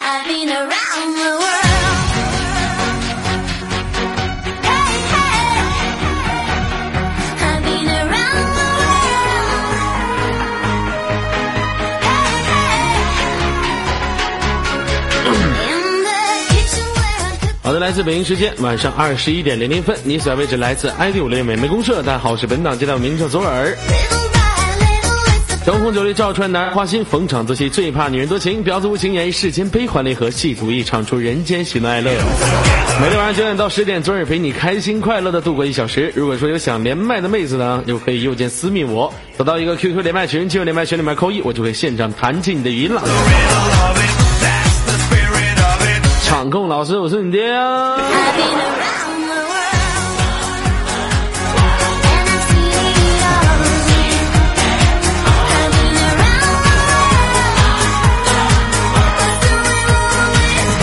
I've been around the world. Hey, hey. I've been around the world. Hey, hey. In the kitchen where I cook 好的，来自北京时间晚上二十一点零零分，你所在位置来自 ID 五六美眉公社。大家好，我是本档接待名叫左 little by 耳。little, it's a 灯红酒绿照穿男儿花心，逢场作戏最怕女人多情。婊子无情演绎世间悲欢离合，戏足一场出人间喜怒哀乐。每天晚上九点到十点，左耳陪你开心快乐的度过一小时。如果说有想连麦的妹子呢，就可以右键私密我，找到一个 QQ 连麦群，进入连麦群里面扣一，我就会现场弹起你的语音了。场控老师，我是你爹啊！ I've been around the world. And I've seen it all. I've been around the world. But the way always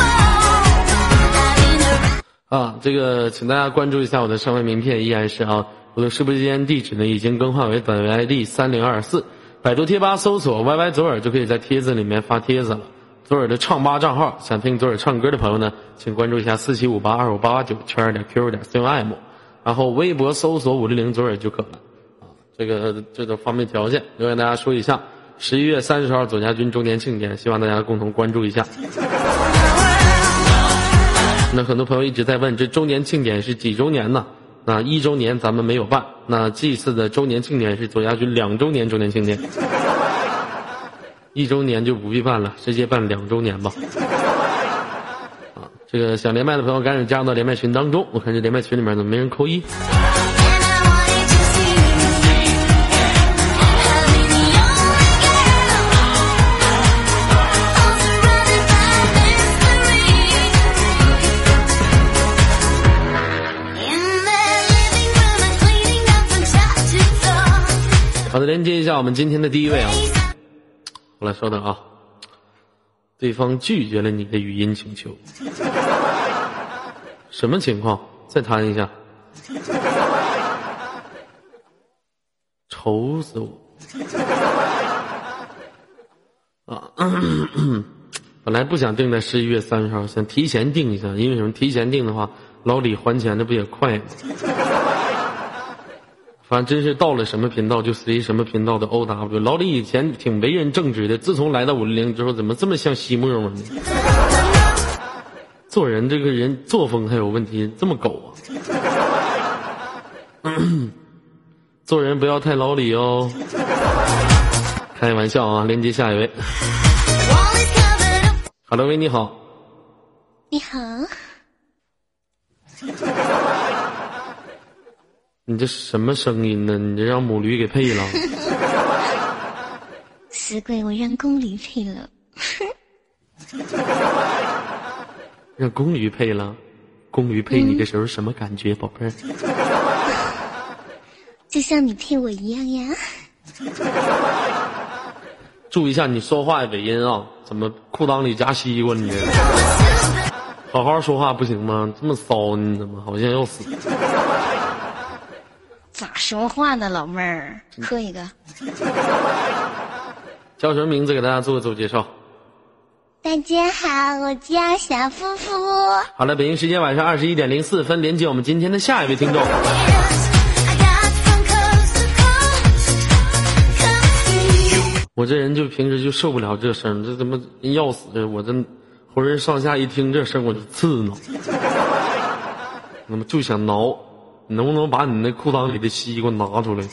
finds a fall. I've been around. 啊，这个请大家关注一下我的上面名片，依然是啊，我的直播间地址呢已经更换为本 ID 三零二四，百度贴吧搜索 “YY 左耳”就可以在帖子里面发帖子了。左耳的唱吧账号，想听左耳唱歌的朋友呢，请关注一下四七五八二五八八九圈儿点 Q 点 COM，然后微博搜索五六零左耳就可了。啊这个这个方便条件，留给大家说一下。十一月三十号左家军周年庆典，希望大家共同关注一下。那很多朋友一直在问，这周年庆典是几周年呢？那一周年咱们没有办，那这次的周年庆典是左家军两周年周年庆典，一周年就不必办了，直接办两周年吧。啊，这个想连麦的朋友赶紧加入到连麦群当中，我看这连麦群里面怎么没人扣一？ And I wanted to see I've been the only girl. All surrounded by mystery. In the living room, I'm cleaning up from top to floor. 好的，连接一下我们今天的第一位啊，我来稍等啊。对方拒绝了你的语音请求，什么情况？再谈一下。愁死我！啊， 咳咳本来不想定在十一月三十号，想提前定一下，因为什么？提前定的话，老李还钱，这不也快吗？反正真是到了什么频道就随什么频道的 O W。老李以前挺为人正直的，自从来到五零零之后，怎么这么像西莫呢？做人这个人作风还有问题，这么狗啊！做人不要太老李哦。开玩笑啊！连接下一位 Wall is covered up. ，Hello 喂，你好，你好，你这什么声音呢？你这让母驴给配了。死鬼，我让公驴配了。让公驴配了，公驴配你的时候什么感觉，宝贝儿？就像你配我一样呀。注意一下你说话的尾音啊，怎么裤裆里夹西瓜你？好好说话不行吗？这么骚你怎么好像要死？咋说话呢，老妹儿？喝一个，叫什么名字？给大家做个自我介绍。大家好，我叫小夫妇。好了，北京时间晚上二十一点零四分，连接我们今天的下一位听众。 I got from coast to coast. Come see. 我这人就平时就受不了这声，这他妈要死！我这浑身上下一听这声我就刺挠，那么就想挠，你能不能把你那裤裆里的西瓜拿出来？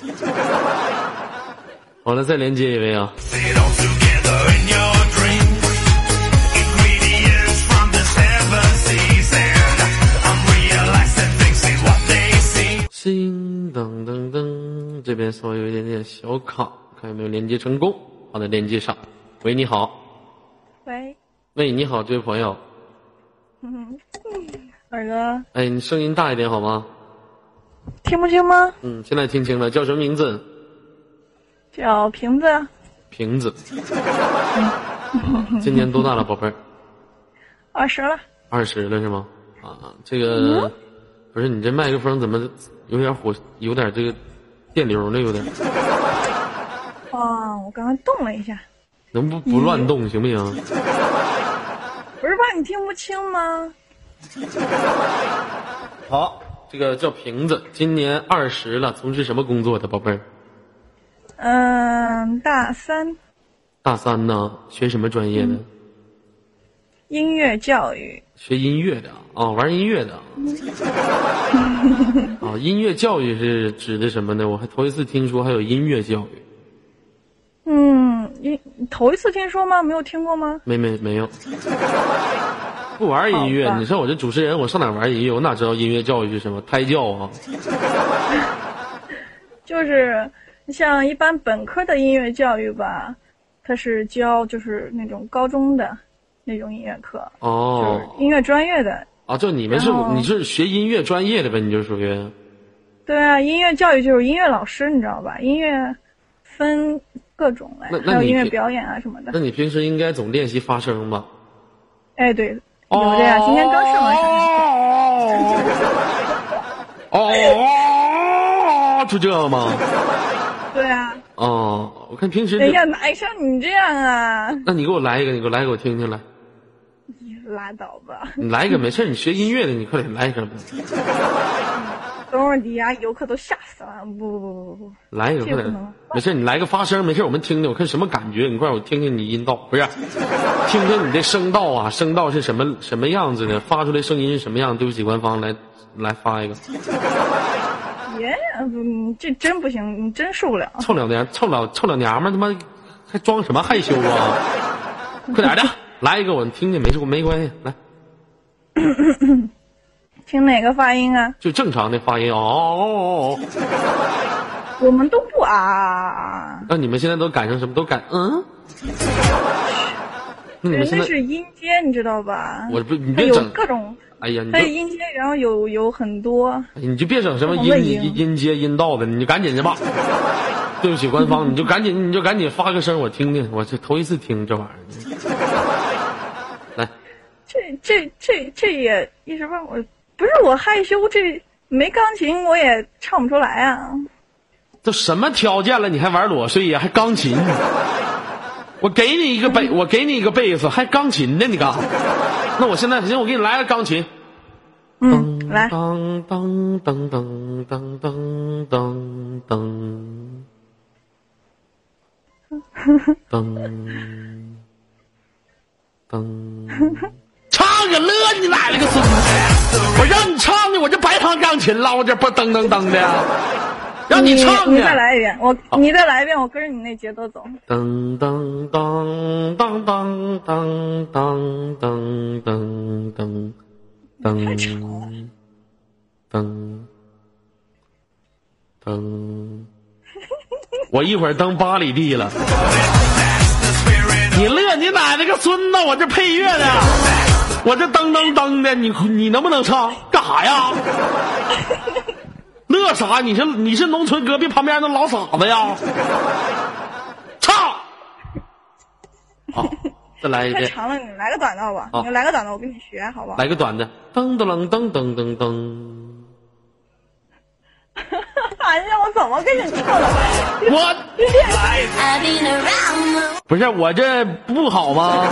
完了，再连接一位啊！心噔噔噔，这边稍微有一点点小卡，看有没有连接成功。好的，连接上。喂，你好。喂，喂，你好，这位朋友。耳朵哎，你声音大一点好吗？听不清吗？嗯，现在听清了，叫什么名字？叫瓶子，瓶子。今年多大了，宝贝儿？二十了，二十了是吗？啊，这个不是你这麦克风怎么有点火，有点这个电流了，有点哦，我刚刚动了一下，能不不乱动行不行？不是怕你听不清吗？好，这个叫瓶子，今年二十了，从事什么工作的宝贝儿？嗯，大三大三呢，学什么专业的？嗯音乐教育，学音乐的啊、哦玩音乐的 啊、哦音乐教育是指的什么呢？我还头一次听说还有音乐教育，嗯，你你头一次听说吗？没有听过吗？没没没有，不玩音乐好，吧你说我这主持人，我上哪玩音乐？我哪知道音乐教育是什么？胎教啊？就是像一般本科的音乐教育吧，它是教就是那种高中的那种音乐课，哦音乐专业的。啊，就你们是然后你是学音乐专业的呗？你就属于对啊，音乐教育就是音乐老师，你知道吧？音乐分各种类那，那还有你音乐平表演啊什么那的。你平时应该总练习发声吧？哎，对，有的呀，今天刚上完上。哦，就这样吗？对啊，哦，我看平时哎这，呀，哪像你这样啊？那你给我来一个，你给我来一个，我听听来。你拉倒吧，你来一个，没事儿，你学音乐的，你快点来一个，等会儿底下游客都吓死了。不不不不不，来一个，这快个不能点。没事儿，你来个发声，没事儿，我们听听，我看什么感觉，你快，我听听你音道，不是，听听你这声道啊，声道是什么什么样子的，发出来声音是什么样？对不起，官方，来来发一个，别，嗯，这真不行，你真受不了。 臭老娘，臭老臭老娘们儿，他妈还装什么害羞啊？快点儿的，来一个，我听听，没事，没关系，来。听哪个发音啊？就正常的发音哦哦哦哦。我们都不啊，那你们现在都改成什么？都改嗯？那你人们现家在是音阶，你知道吧？我不你它别有整，各种，哎呀，你它有就音阶，然后有有很多。你就别整什么我音问你音音阶音道的，你就赶紧去吧。对不起，官方，你就赶紧你就赶紧发个声，我听听，我这头一次听这玩意儿。来，这这这这也一时半会儿不是我害羞，这没钢琴我也唱不出来啊。都什么条件了，你还玩裸睡呀、还钢 琴？我给你一个嗯贝，我给你一个贝斯，还钢琴呢，你干啥？那我现在行，我给你来个钢琴。嗯，来，当当当当当当当当。噔噔，唱个乐你奶奶个孙子！我让你唱的，我这白弹钢琴了，我这不噔噔噔的，让你唱哦你再的。来一遍，我你再来一遍，我跟着你那节奏走。噔噔噔当当当当当当当噔噔噔，我一会儿蹬八里地了。你乐你奶奶个孙子！我这配乐呢，我这噔噔噔的，你你能不能唱？干啥呀？乐啥？你是你是农村隔壁旁边那老傻子呀？唱！好，再来一太遍。长了，你来个短的好吧？好你来个短的，我跟你学，好不好？哦来个短的，噔噔噔噔噔噔噔。 哎呀，我怎么跟你唱的？我 I've been around the 不是我这不好吗？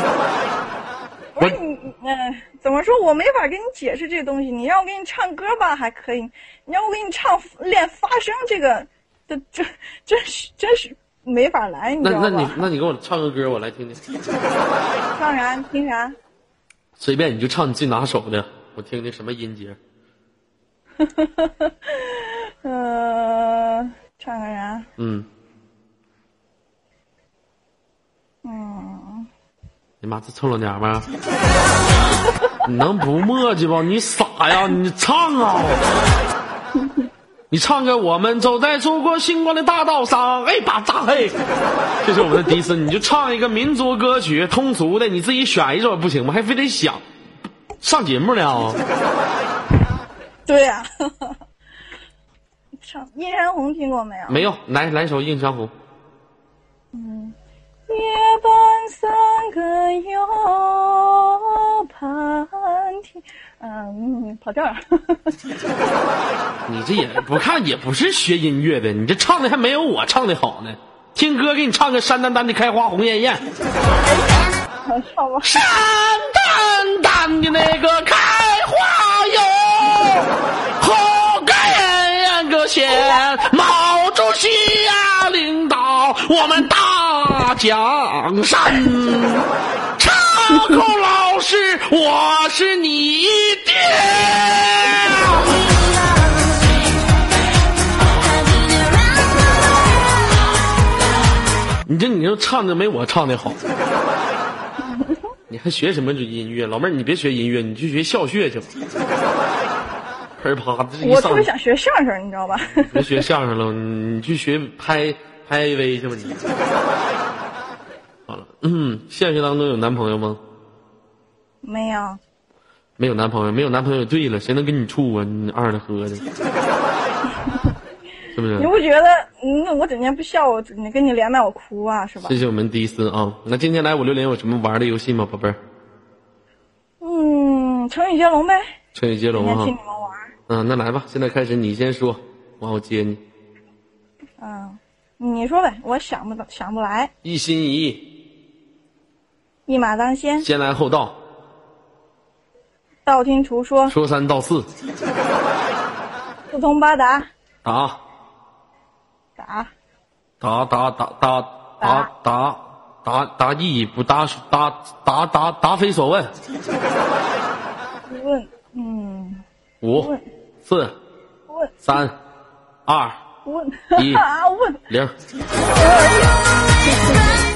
不是你，嗯、怎么说？我没法跟你解释这东西。你让我给你唱歌吧，还可以；你让我给你唱练发声，这个，这这真是真是没法来，你那知道那吧？你那你给我唱个歌，我来听听。唱啥？你听啥？随便你就唱你最拿手的，我听听什么音节。呃，唱个啥？嗯，嗯，你妈这臭老娘们儿， 你能不墨迹不？你傻呀？你唱啊！你唱个我们走在祖国星光的大道上，哎吧喳嘿，这是我们的迪斯，你就唱一个民族歌曲，通俗的，你自己选一首不行吗？还非得想上节目呢、对呀、 唱《夜山红》听过没有？没有，来来首《映山红》。夜半三更又盼天，嗯，跑调 了。你这也不看也不是学音乐的，你这唱的还没有我唱的好呢。听歌给你唱个山丹丹的开花红艳艳，好吧，山丹元旦的那个开花哟，活该严个县毛主席呀、领导我们大江山。超空老师，我是你爹。你这你就唱的没我唱 的好，你还学什么这音乐？老妹儿，你别学音乐，你去学笑穴 去吧。喷儿啪，这一我特上别想学相声，你知道吧？别学相声了，你去学拍拍 AV 去吧你。好了，嗯，现实当中有男朋友吗？没有，没有男朋友，没有男朋友，对了，谁能跟你处啊？你二的喝的， 是不是你？不觉得？那我整天不笑，我你跟你连麦我哭啊，是吧谢？谢我们迪斯啊！那今天来五六零有什么玩的游戏吗，宝贝儿？嗯，成语接龙呗，成语接今龙天啊听！你们玩儿。嗯，那来吧，现在开始，你先说，完我接你。嗯，你说呗，我想不到，想不来。一心一意，一马当先，先来后到，道听途说，说三道四，四通八达，打打打打打打打打打打意义不打打打打答非所问。问，嗯，五问、四、问三、二、问一 啊问，零。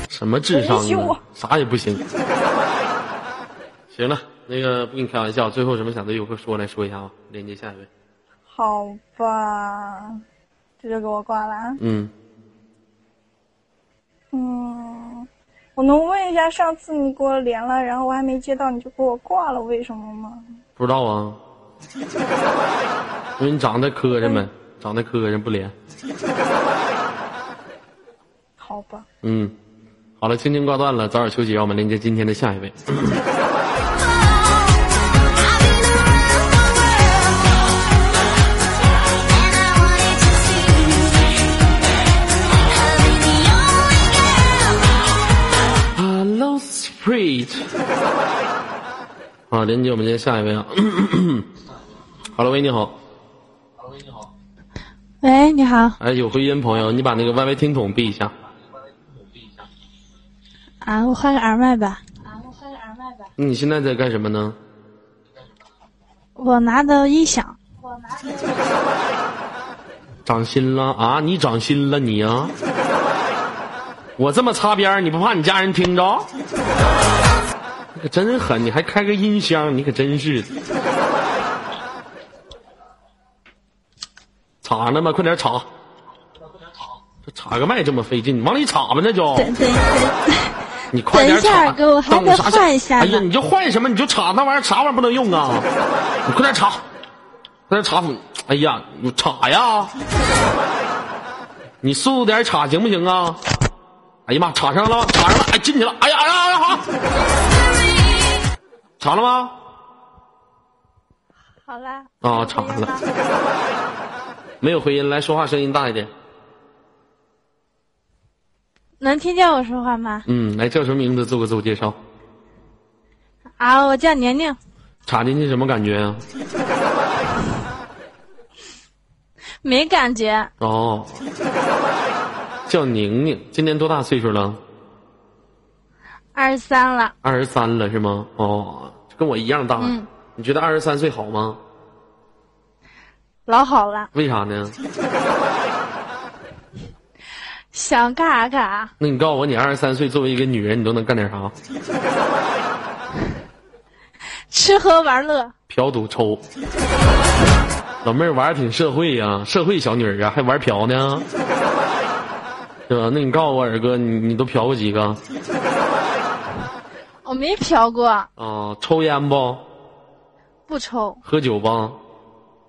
什么智商真羞啊啊？啥也不行。行了，那个不跟你开玩笑，最后有什么想对游客说来说一下啊，连接下一位。好吧，这就给我挂了啊。嗯，嗯，我能问一下，上次你给我连了，然后我还没接到，你就给我挂了，为什么吗？不知道啊，因为你长得磕碜呗，长得磕碜不连。好吧，嗯，好了，轻轻挂断了，早点休息，让我们连接今天的下一位。Hello Street，好，连接我们今天下一位啊。Hello，喂，你好。喂，你好哎，有回音朋友，你把那个 YY 听筒闭一下。啊，我换个耳麦吧。你现在在干什么呢？我拿的音响，长心了啊！你长心了你啊！我这么擦边儿，你不怕你家人听着？你可真狠，你还开个音箱，你可真是的。插呢吗？快点插！这插个麦这么费劲，你往里插吧，那就等等等，你快点插。等一下给我还等得啥换一下呢哎呀，你就换什么？你就插那玩意儿，啥玩意儿不能用啊？你快点插，快点插！哎呀，你插呀！ 你速度点插行不行啊？哎呀妈，插上了，插上了，哎进去了，哎呀哎呀哎呀，好，插了吗？好啦。啊插上了没有回音，来说话声音大一点。能听见我说话吗？嗯，来叫什么名字？做个自我介绍。啊，我叫宁宁，插进去什么感觉啊？没感觉，哦，叫宁宁，今年多大岁数了？二十三了，二十三了是吗？哦，跟我一样大。嗯你觉得二十三岁好吗？老好了，为啥呢？想干啥干啥，那你告诉我，你二十三岁作为一个女人，你都能干点啥？吃喝玩乐，嫖赌抽。 老妹儿玩儿挺社会呀、社会小女儿啊，还玩嫖呢，对吧？那你告诉我，二哥，你你都嫖过几个？啊、我没嫖过，啊抽烟不？不抽，喝酒不？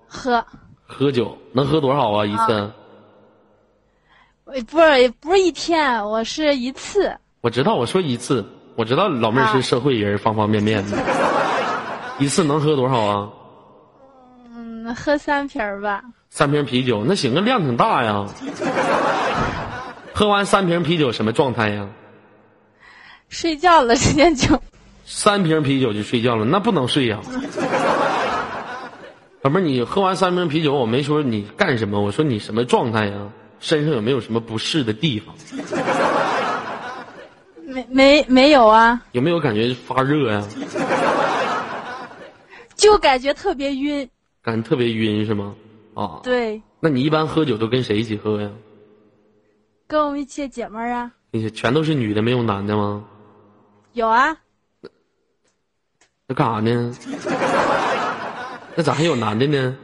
喝，喝酒能喝多少啊？一次？我不是不是一天，我是一次，我知道，我说一次，我知道老妹儿是啊社会人，方方面面的。一次能喝多少啊？嗯，喝三瓶儿吧，三瓶啤酒，那行啊，量挺大呀。喝完三瓶啤酒什么状态呀？睡觉了，直接就三瓶啤酒就睡觉了，那不能睡呀、老妹儿，你喝完三瓶啤酒，我没说你干什么，我说你什么状态呀？身上有没有什么不适的地方？没没没有啊，有没有感觉发热呀、就感觉特别晕。感觉特别晕是吗？啊，对，那你一般喝酒都跟谁一起喝呀？跟我们一起姐妹儿啊，那些全都是女的，没有男的吗？有啊，那干啥呢？那咋还有男的呢？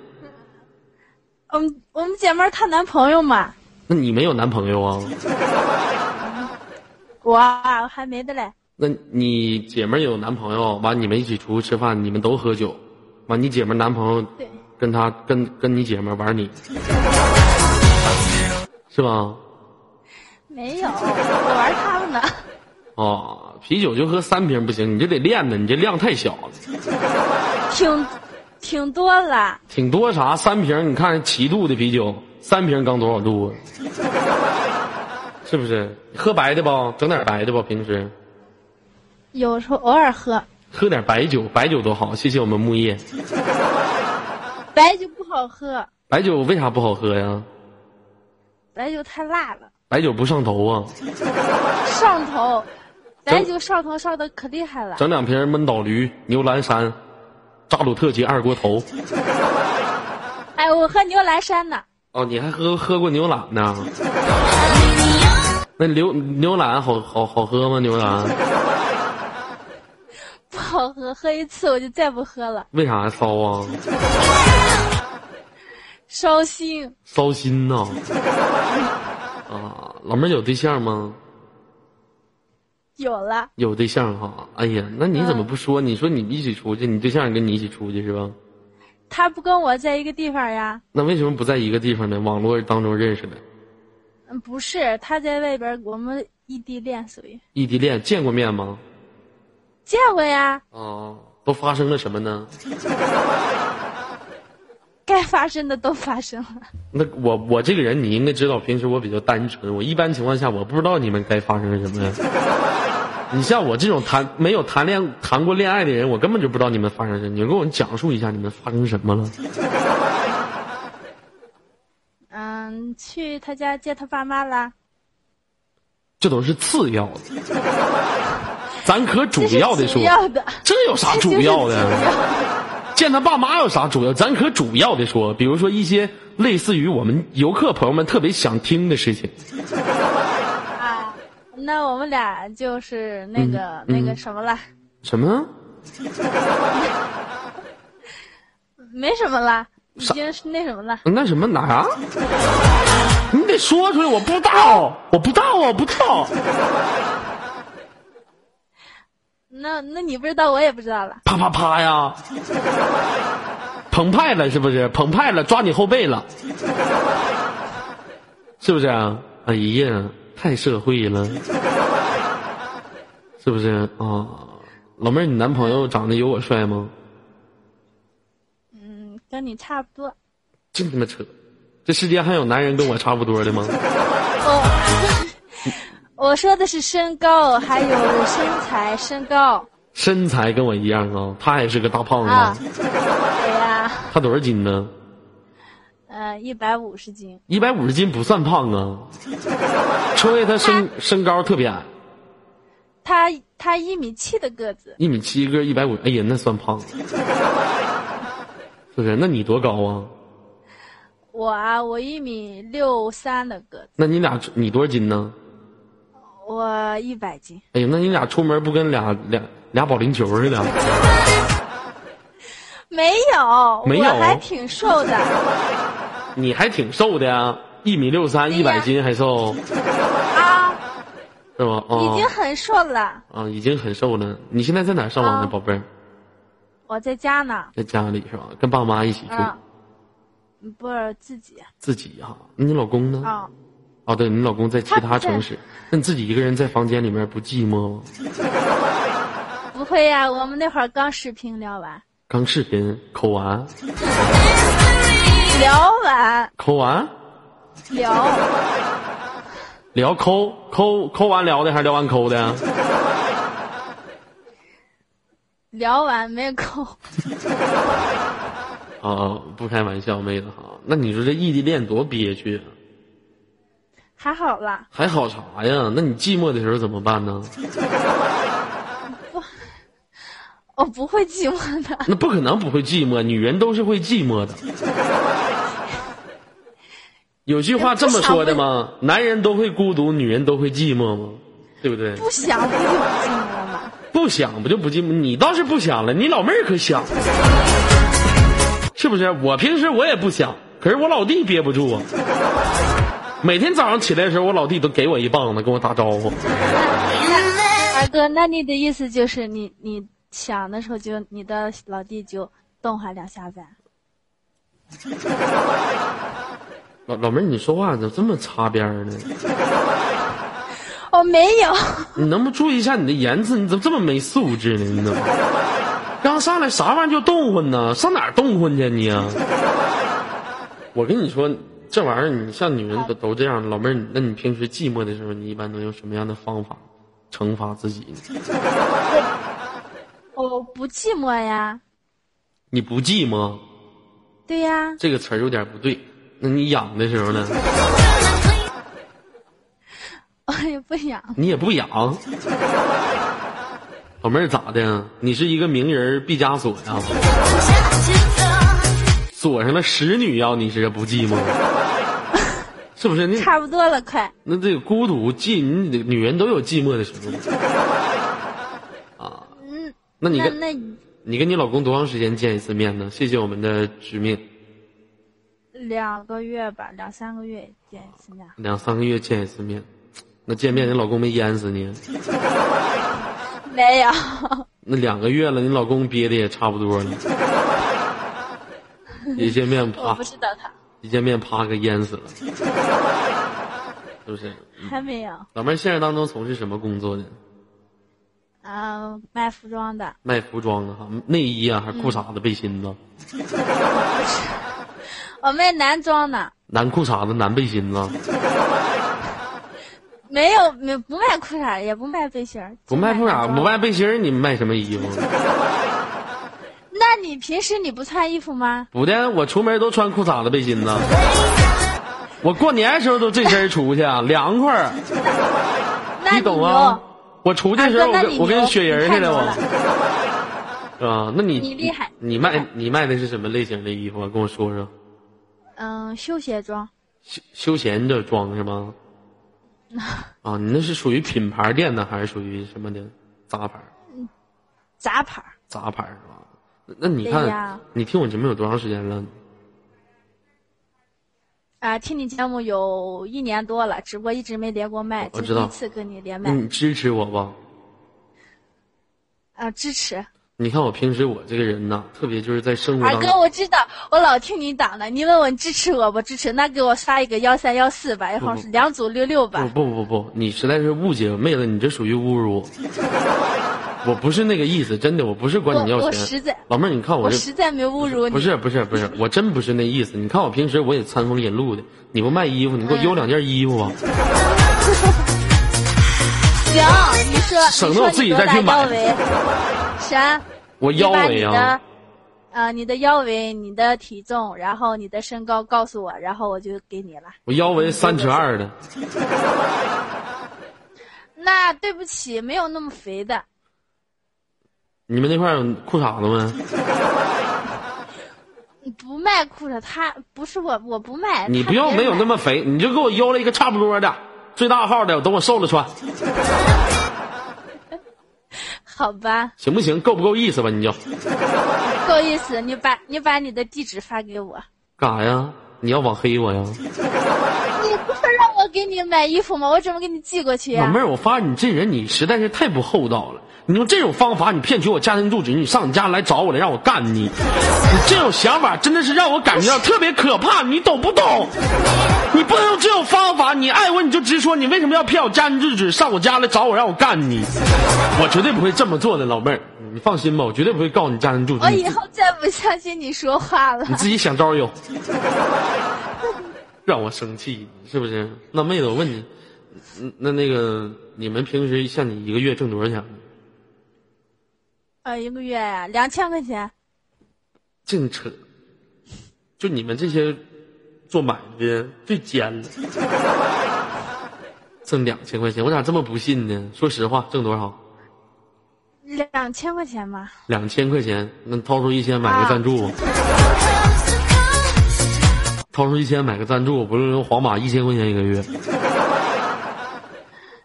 我们我们姐妹儿她男朋友嘛，那你没有男朋友啊？我啊我还没的嘞，那你姐们儿有男朋友，完你们一起出去吃饭，你们都喝酒，完你姐们儿男朋友对跟他跟跟你姐们儿玩你，是吧？没有， 我玩他们呢。哦，啤酒就喝三瓶不行，你这得练呢，你这量太小了，挺挺多了，挺多啥三瓶？你看七度的啤酒，三瓶刚多少度啊？ 是不是？喝白的吧，整点白的吧，平时有时候偶尔喝，喝点白酒，白酒多好。谢谢我们木叶，白酒不好喝，白酒为啥不好喝呀？白酒太辣了，白酒不上头啊，上头，白酒上头上的可厉害了，整两瓶闷倒驴、牛栏山、扎鲁特级二锅头。哎，我喝牛栏山呢，哦，你还喝喝过牛栏呢？那牛牛栏好好好喝吗？牛栏不好喝，喝一次我就再不喝了，为啥骚啊？烧心，骚心呐、啊！老妹儿有对象吗？有了，有对象哈。哎呀，那你怎么不说？你说你一起出去，你对象也跟你一起出去是吧？他不跟我在一个地方呀，那为什么不在一个地方呢？网络当中认识的，嗯，不是，他在外边，我们异地恋属于异地恋见过面吗？见过呀，啊，都发生了什么呢？该发生的都发生了，那我我这个人你应该知道，平时我比较单纯，我一般情况下我不知道你们该发生什么。你像我这种谈没有谈恋谈过恋爱的人，我根本就不知道你们发生什么。你给我讲述一下你们发生什么了？嗯，去他家接他爸妈啦，这都是次要的，咱可主这是要的主说，要的，这有啥这主 就是要主的？要见他爸妈有啥主要？咱可主要的说，比如说一些类似于我们游客朋友们特别想听的事情。啊，那我们俩就是那个、嗯那个什么了，什么？没什么了，已啥经是那什么了。那什么哪啥？你得说出来，我不知道，我不知道，啊我不知道。那那你不知道，我也不知道了。啪啪啪呀！澎湃了是不是？澎湃了，抓你后背了，是不是啊？哎呀，太社会了，是不是啊、老妹儿，你男朋友长得有我帅吗？嗯，跟你差不多。真他妈扯！这世界还有男人跟我差不多的吗？哦 我说的是身高，还有身材，身高身材跟我一样啊、他也是个大胖子，啊，对呀、他多少斤呢？呃，一百五十斤，一百五十斤不算胖啊，除非他身身高特别矮，他他一米七的个子，一米七个一百五，哎呀，那算胖。是不是？那你多高啊？我啊，我一米六三的个子，那你俩你多少斤呢？我一百斤，哎呀，那你俩出门不跟俩俩俩保龄球似的？没有，没有我还挺瘦的你还挺瘦的呀，一米六哎三，一百斤还瘦，啊，是吧？啊、已经很瘦了。啊，已经很瘦了。你现在在哪儿上网呢，啊宝贝儿？我在家呢，在家里是吧？跟爸妈一起住，嗯，不是自己自己哈、那你老公呢？啊，哦，对你老公在其他他不在城市，那你自己一个人在房间里面不寂寞吗？不会呀、我们那会儿刚视频聊完，刚视频抠完，聊完抠完聊聊啊抠抠抠完聊的，还是聊完抠的？聊完没空，哦，不开玩笑，妹子哈，那你说这异地恋多憋屈啊，还好啦，还好啥呀？那你寂寞的时候怎么办呢？我哦不会寂寞的。那不可能不会寂寞，女人都是会寂寞的。有句话这么说的吗？男人都会孤独，女人都会寂寞吗？对不对？不想不就寂寞吗？不想不就不寂寞？你倒是不想了，你老妹儿可想，是不是？我平时我也不想，可是我老弟憋不住啊。每天早上起来的时候，我老弟都给我一棒子，跟我打招呼。二哥，那你的意思就是你你想的时候就你的老弟就动唤两下呗？老老妹儿，你说话怎么这么擦边儿呢？哦，没有，你能不注意一下你的言辞？你怎么这么没素质呢？你怎么刚上来啥玩意儿就动混呢？上哪儿动混去你啊？我跟你说，这玩意儿你像女人都都这样，老妹儿，你那你平时寂寞的时候，你一般都用什么样的方法惩罚自己呢？我哦不寂寞呀。你不寂寞对呀，这个词儿有点不对，那你痒的时候呢？我哦也不想。你也不痒。老妹儿咋的？你是一个名人毕加索啊呀、锁上了十女要你是不寂 寞，是不是？你差不多了，快。那这个孤独寂，你得女人都有寂寞的时候嘛。嗯，那你那跟那你你跟你老公多长时间见一次面呢？谢谢我们的直面，两个月吧，两三个月见一次面。两三个月见一次面，那见面你老公没淹死你？没有，那两个月了，你老公憋的也差不 多了，一见面我啪不，知道他，一见面啪给淹死了，是不是？还没有。老妹儿现实当中从事什么工作呢？啊、卖服装的，卖服装啊，哈内衣啊，还嗯是裤衩子、背心子？我哦卖男装的，男裤衩子、男背心子？没有没有不卖裤衩，也不卖背心儿，不就卖裤男衩，装不。卖背心儿，你卖什么衣服？那你平时你不穿衣服吗？不的，我出门都穿裤衩子、背心子。我过年的时候都这身儿出去啊，凉快儿， 那你你懂牛，啊？我出去的时候，我二哥那你跟我跟牛雪人似的，你太我。啊，那你你厉害你厉卖害你卖的是什么类型的衣服啊？跟我说说。嗯，休闲装，休休闲的装是 吗？啊，你那是属于品牌店呢，还是属于什么的杂牌儿？杂牌儿，杂牌儿是吧？那那你对看呀，你听我节目有多长时间了？啊、听你节目有一年多了，只不过一直没连过麦，我这知是道嗯第一次跟你连麦，啊、你支持我吧？啊支持。你看我平时我这个人呐，特别就是在生活二当哥，中，我知道，我老听你档的。你问我你支持我不支持？那给我发一个幺三幺四吧，一会儿不是两组六六吧不。不不不，你实在是误解我妹子，你这属于侮辱我。我不是那个意思，真的，我不是管你要我我实钱。在，老妹儿，你看我这实在没侮辱你。不是不是不是，我真不是那意思。你看我平时我也餐风饮露的，你不卖衣服，你嗯给我邮两件衣服吧，行，你说，省得我自己再去买 你说你多大腰围，啥？我腰围你把你啊的，，呃，你的腰围、你的体重，然后你的身高告诉我，然后我就给你了。我腰围三尺二的，那对不起，没有那么肥的，你们那块儿有裤衩子吗？不卖裤衩，他不是我，我不卖。 你他不要别没有买那么肥，你就给我邮了一个差不多的，最大号的，等我瘦了穿，好吧，行不行？够不够意思吧？你就够意思。你把你把你的地址发给我，干啥呀？你要往黑我呀？你不是让我给你买衣服吗？我怎么给你寄过去呀、老妹儿，我发现你这人，你实在是太不厚道了。你用这种方法，你骗取我家庭住址，你上你家来找我来，让我干你。你这种想法真的是让我感觉到特别可怕，你懂不懂？你不能用这种方法，你爱我你就直说，你为什么要骗我家庭住址上我家来找我，让我干你？我绝对不会这么做的，老妹儿，你放心吧，我绝对不会告你家庭住址。我你以自后再不相信你说话了你。自己想招有，让我生气，是不是？那妹子，我问你，嗯那那个你们平时像你一个月挣多少钱？呃，一个月呀、两千块钱，净扯！就你们这些做买卖的最尖了，挣两千块钱，我咋这么不信呢？说实话，挣多少？两千块钱嘛，两千块钱，那掏出一千买个赞助，掏出一千买个赞助，不是皇马一千块钱一个月，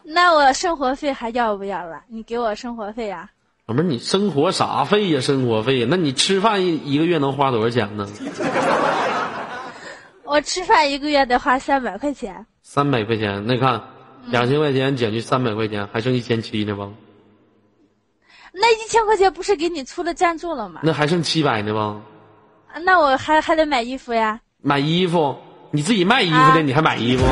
那我生活费还要不要了？你给我生活费啊呀、老妹儿你生活啥费呀？生活费呀？那你吃饭一一个月能花多少钱呢？我吃饭一个月得花三百块钱，三百块钱，那看两千块钱减去三百块钱，还剩一千七呢吧？那一千块钱不是给你出了赞助了吗？那还剩七百呢吧？那我还还得买衣服呀，买衣服，你自己卖衣服的，啊你还买衣服？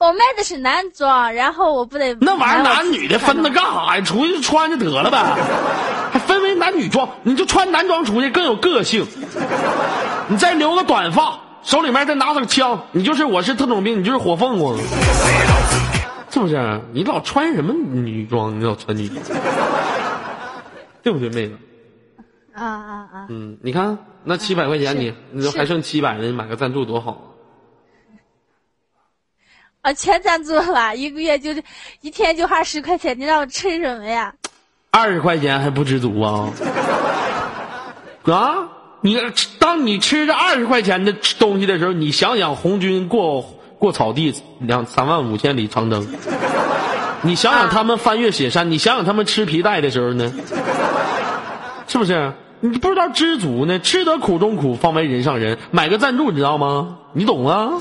我卖的是男装，然后我不得那玩意儿哎买我男女的分它干啥呀？出去就穿着得了呗， 还分为男女装，你就穿男装出去更有个性。你再留个短发，手里面再拿把枪，你就是我是特种兵，你就是火凤凰，是不是？你老穿什么女装？你老穿女装，对不对，妹子？啊啊啊！嗯，你看那七百块钱你，你都是还剩七百呢，你买个赞助多好啊！啊，全赞助了，一个月就是一天就花十块钱，你让我吃什么呀？二十块钱还不知足啊？啊，你当你吃着二十块钱的东西的时候，你想想红军过过草地两三万五千里长征，你想想他们翻越雪山，你想想他们吃皮带的时候呢，是不是？你不知道知足呢，吃得苦中苦，方为人上人。买个赞助，你知道吗？你懂啊？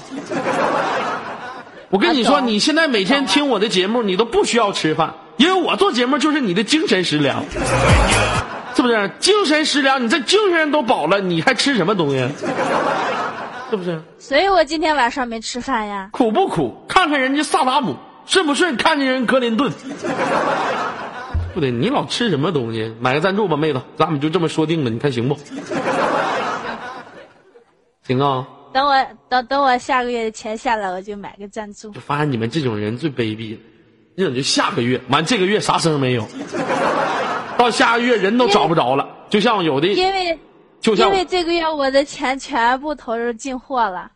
我跟你说，啊懂你现在每天听我的节目，你都不需要吃饭，因为我做节目就是你的精神食粮，是不是？精神食粮，你这精神都饱了，你还吃什么东西？是不是？所以我今天晚上没吃饭呀。苦不苦？看看人家萨达姆顺不顺？看见人格林顿，不对，你老吃什么东西？买个赞助吧，妹子，咱们就这么说定了，你看行不？行啊！等我等等我下个月的钱下来，我就买个赞助就。发现你们这种人最卑鄙了，那种就下个月完，这个月啥声儿没有，到下个月人都找不着了，就像有的，因为就因像为这个月我的钱全部投入进货了。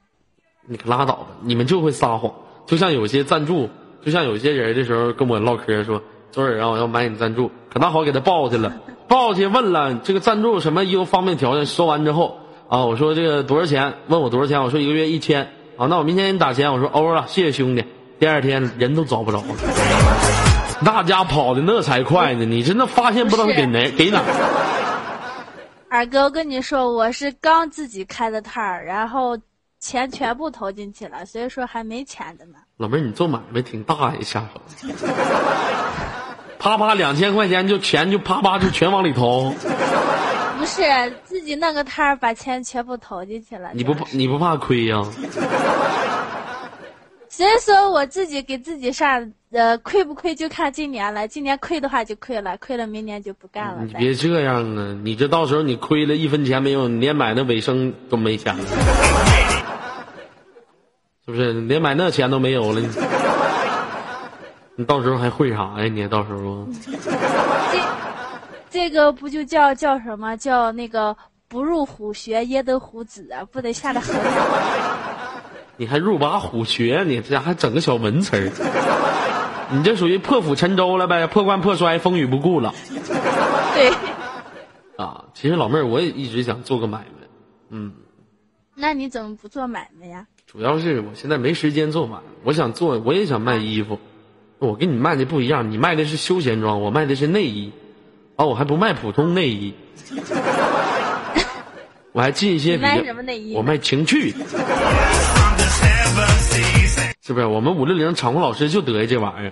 你可拉倒吧，你们就会撒谎。就像有些赞助，就像有些人的时候跟我唠嗑说：“周儿啊，我要买你赞助。”可那好，给他报去了，报去问了这个赞助什么优方便条件。说完之后啊，我说这个多少钱？问我多少钱？我说一个月一千。啊，那我明天给你打钱。我说欧了，谢谢兄弟。第二天人都找不着了， 那家跑的那才快呢。你真的发现不知道不是给哪给哪儿。二哥，我跟你说，我是刚自己开的摊儿，然后钱全部投进去了，所以说还没钱的呢。老妹儿，你做买卖挺大呀，下手，啪啪两千块钱就钱就啪啪就全往里投，不是自己弄个摊儿，把钱全部投进去了。你不这怕样你不怕亏呀、所以说我自己给自己上，呃，亏不亏就看今年了。今年亏的话就亏了，亏了明年就不干了嗯你呗。别这样啊，你这到时候你亏了一分钱没有，你连买那卫生都没钱了，是不是？你连买那钱都没有了，你你到时候还会啥呀？你到时候这个不就叫叫什么叫那个不入虎穴焉得虎子啊？不得下得狠啊！你还入把虎穴，你这家还整个小文词儿，你这属于破釜沉舟了呗，破罐破摔，风雨不顾了。 对，啊，其实老妹儿，我也一直想做个买卖，嗯，那你怎么不做买卖呀？主要是我现在没时间做买卖，我想做，我也想卖衣服。我跟你卖的不一样，你卖的是休闲装，我卖的是内衣，啊，我还不卖普通内衣， 我还进一些你比较，卖什么内衣呢我卖情趣，是不是？我们五六零场控老师就得意这玩意儿。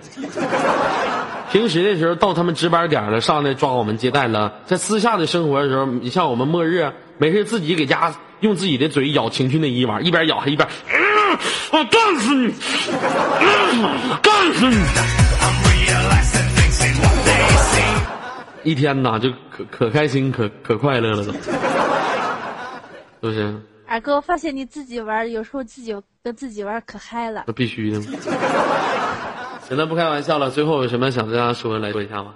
平时的时候到他们值班点了，上来抓我们接待了。在私下的生活的时候，你像我们末日，啊没事自己给家用自己的嘴咬情趣内衣玩儿，一边咬还一边，嗯我干死你，嗯我干死你！一天呐，就可可开心，可可快乐了都，是不是？二哥，我发现你自己玩儿，有时候自己跟自己玩儿可嗨了。那必须的。行了，不开玩笑了。最后有什么想对大家说的来说一下吗？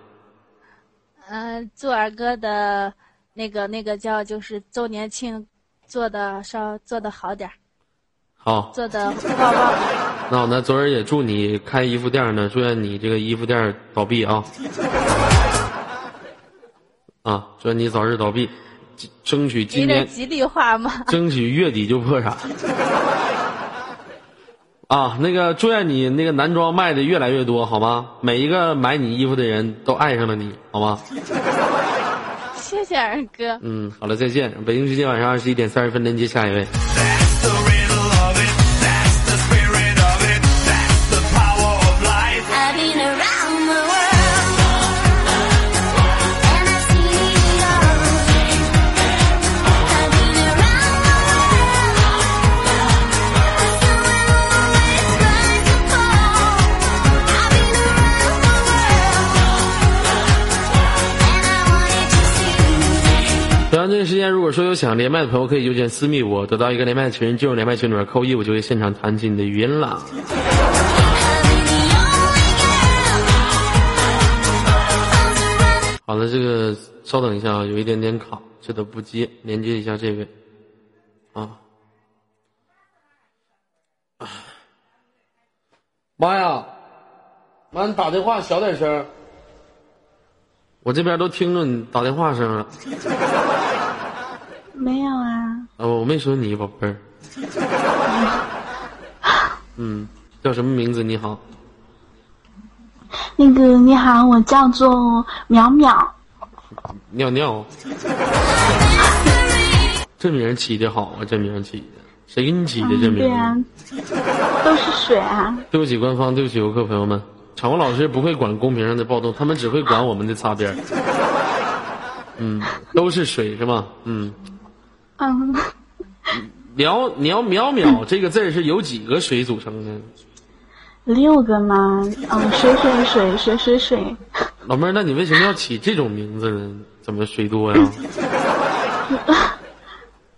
嗯、祝二哥的那个那个叫就是周年庆做的稍做的好点儿，好，做的旺旺。那好，那昨儿也祝你开衣服店儿呢，祝愿你这个衣服店儿倒闭啊！啊，祝愿你早日倒闭，争争取有今点年，吉利话嘛。争取月底就破产。啊，那个祝愿你那个男装卖的越来越多，好吗？每一个买你衣服的人都爱上了你，好吗？谢谢二哥，嗯，好了，再见。北京时间晚上二十一点三十分，连接下一位。 That's the riddle of it. That's the spirit of it. That's the power of life. I've been around the world and I've seen it all. I've been around the world, but still I'm always trying to fall. I've been around the world and I wanted to see. 同样这个时间，如果说有想连麦的朋友，可以右键私密我，得到一个连麦群，进入连麦群里面扣一，我就会现场弹起你的语音啦。好了，这个稍等一下啊，有一点点卡，这都不接，连接一下这位啊。妈呀！妈，你打电话小点声，我这边都听着你打电话声了。没有啊，啊，我没说你，宝贝儿。嗯，叫什么名字？你好，那个你好，我叫做淼淼，尿尿。啊这名儿起的好啊，这名儿起的，谁给你起的这嗯，对名啊儿？，都是水啊，对不起官方，对不起游客朋友们，场控老师不会管公屏上的暴动，他们只会管我们的擦边儿。嗯，都是水是吗？嗯，嗯，苗你要淼淼这个字儿是由几个水组成的？六个嘛，嗯，水水水水水水，老妹儿，那你为什么要起这种名字呢？怎么水多呀？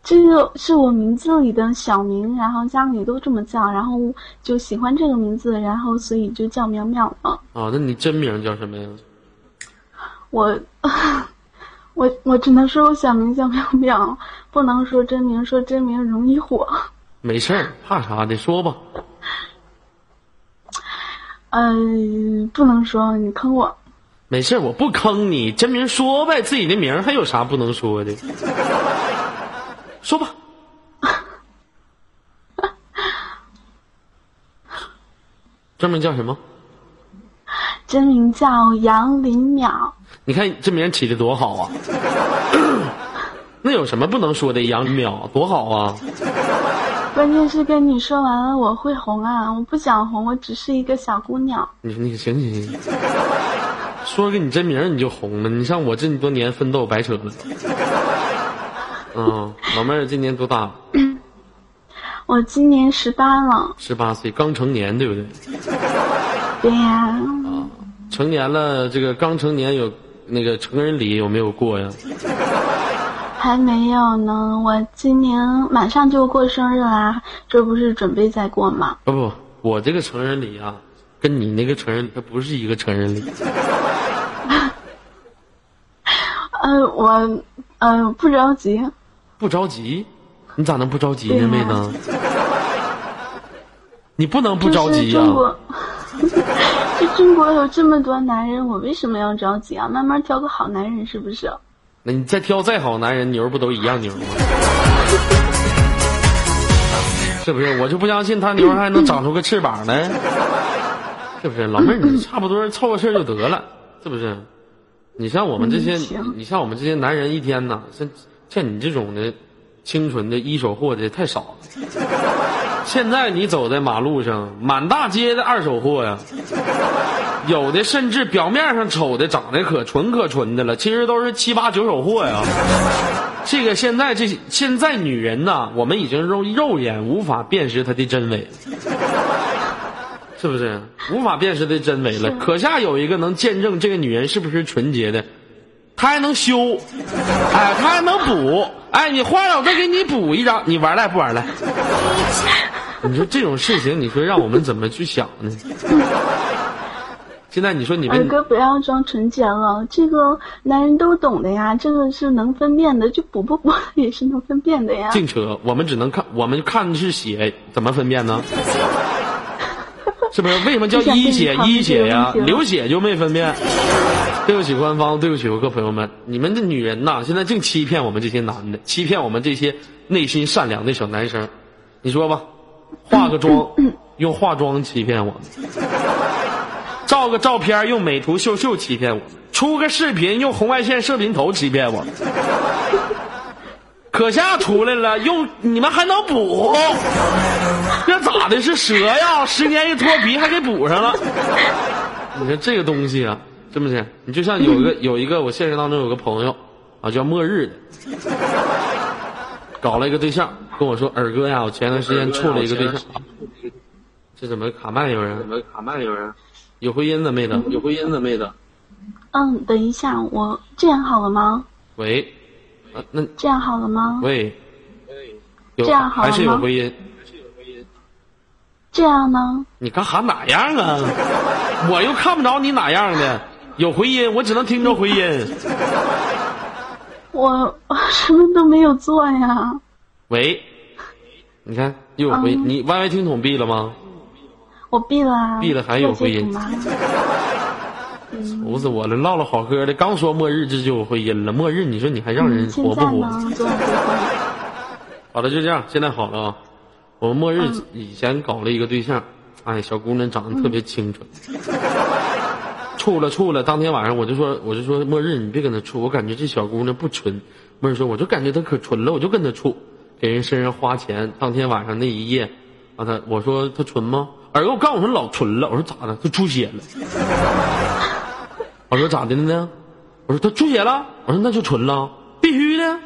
这个是我名字里的小名，然后家里都这么叫，然后就喜欢这个名字，然后所以就叫淼淼了。啊，那你真名叫什么呀？我， 我我只能说我小名叫淼淼，不能说真名，说真名容易火。没事儿，怕啥的？说吧，嗯、不能说你坑我。没事儿，我不坑你，真名说呗，自己的名儿还有啥不能说的？说吧，真名叫什么？真名叫杨林淼，你看这名儿起的多好啊！ 那有什么不能说的？杨淼多好啊！关键是跟你说完了我会红啊！我不想红，我只是一个小姑娘。你说你行行行，说个你真名儿你就红了，你像我这么多年奋斗白扯了。嗯，老妹儿今年多大了？我今年十八了，十八岁，刚成年，对不对？对呀、成年了，这个刚成年有那个成人礼有没有过呀？还没有呢。我今年马上就过生日啦，这不是准备再过吗？啊不不，我这个成人礼啊，跟你那个成人礼它不是一个成人礼。呃，我呃不着急，不着急，你咋能不着急呢，对妹呀子？你不能不着就是急啊呀、中国， 就中国有这么多男人，我为什么要着急啊？慢慢挑个好男人是不是？那你再挑再好男人，牛不都一样牛吗？ 是不是？我就不相信他牛还能长出个翅膀来，是不是？老妹儿， 你差不多凑合事儿就得了，是不是？你像我们这些，嗯行你像我们这些男人，一天呐，像像你这种的，清纯的一手货的太少了。 现在你走在马路上，满大街的二手货呀、有的甚至表面上瞅的长得可纯可纯的了，其实都是七八九手货呀。这个现在这现在女人呐，我们已经肉肉眼无法辨识她的真伪， 是不是？无法辨识的真伪了。可下有一个能见证这个女人是不是纯洁的，她还能修，哎，她还能补，哎，你花了我再给你补一张，你玩赖不玩赖？你说这种事情，你说让我们怎么去想呢？现在你说你二们哥不要装纯洁了，这个男人都懂的呀，这个是能分辨的，就补不补也是能分辨的呀。进车，我们只能看，我们看的是血，怎么分辨呢？是不是？为什么叫一血一血呀？流血就没分辨。对不起官方，对不起游客朋友们，你们这女人呐，现在净欺骗我们这些男的，欺骗我们这些内心善良的小男生。你说吧，化个妆，用化妆欺骗我们；照个照片，用美图秀秀欺骗我们；出个视频，用红外线射频头欺骗我们。可下出来了，用你们还能补？ 这咋的？是蛇呀？十年一脱皮还给补 上了？你说这个东西啊，真不是？你就像 有一个有一个，我现实当中有个朋友啊，叫末日的，搞了一个对象，跟我说：“二哥呀，我前段时间处了一个对象。”啊这怎么卡麦有人？怎么卡麦有人？有回音的妹子，有回音的妹子。嗯，等一下，我这样好了吗？喂，啊，那这样好了吗？喂，有这样好还是有了吗回音？这样呢？你干哈哪样啊？我又看不着你哪样的，有回音，我只能听着回音。我什么都没有做呀，喂，你看又有回，嗯你 YY 听筒闭了吗？我闭了啊。闭了还有回音做截图吗愁死我了，唠唠好嗑的，刚说末日这就有回音了，末日你说你还让人嗯，现活不在活？呢？做截图。好了，就这样，现在好了啊。我末日以前搞了一个对象，哎，小姑娘长得特别清纯，处了处了，当天晚上我就说，我就说末日你别跟她处，我感觉这小姑娘不纯。末日说，我就感觉她可纯了，我就跟她处，给人身上花钱。当天晚上那一夜，啊，她我说她纯吗？耳哥，我告诉我说老纯了，我说咋的？她出血了。我说咋的了呢？我说她出血了，我说那就纯了，必须的。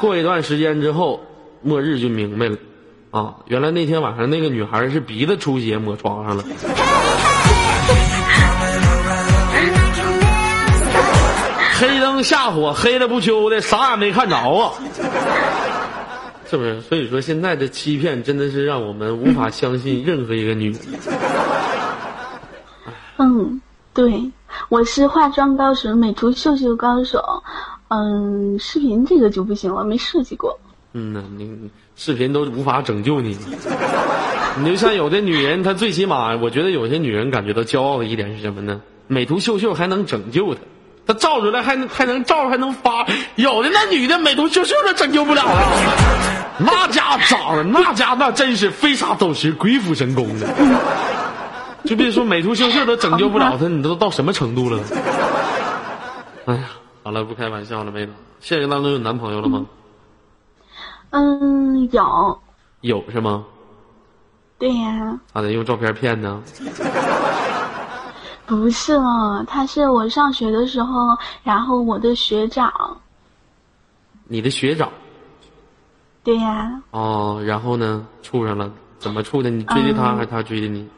过一段时间之后，末日就明白了，啊，原来那天晚上那个女孩是鼻子出血抹床上了。黑灯瞎火，黑了不秋的，啥也没看着啊， 是不是？所以说现在这欺骗真的是让我们无法相信任何一个女人。嗯，对，我是化妆高手，美图秀秀高手。嗯，视频这个就不行了，没设计过。嗯呐，你你视频都无法拯救你 了。你就像有的女人，她最起码，我觉得有些女人感觉到骄傲的一点是什么呢？美图秀秀还能拯救她，她照出来还能还能照还能发。有的那女的美图秀秀都拯救不了了，那家长得那家那真是飞沙走石、鬼斧神工的。就别说美图秀秀都拯救不了她，你都到什么程度了？哎呀，好了，不开玩笑了，妹子。现实当中有男朋友了吗？嗯，有。有是吗？对呀、咋的？用照片骗呢？不是了，他是我上学的时候，然后我的学长。你的学长对呀、哦，然后呢，处上了，怎么处的？你追的他，还是他追的你？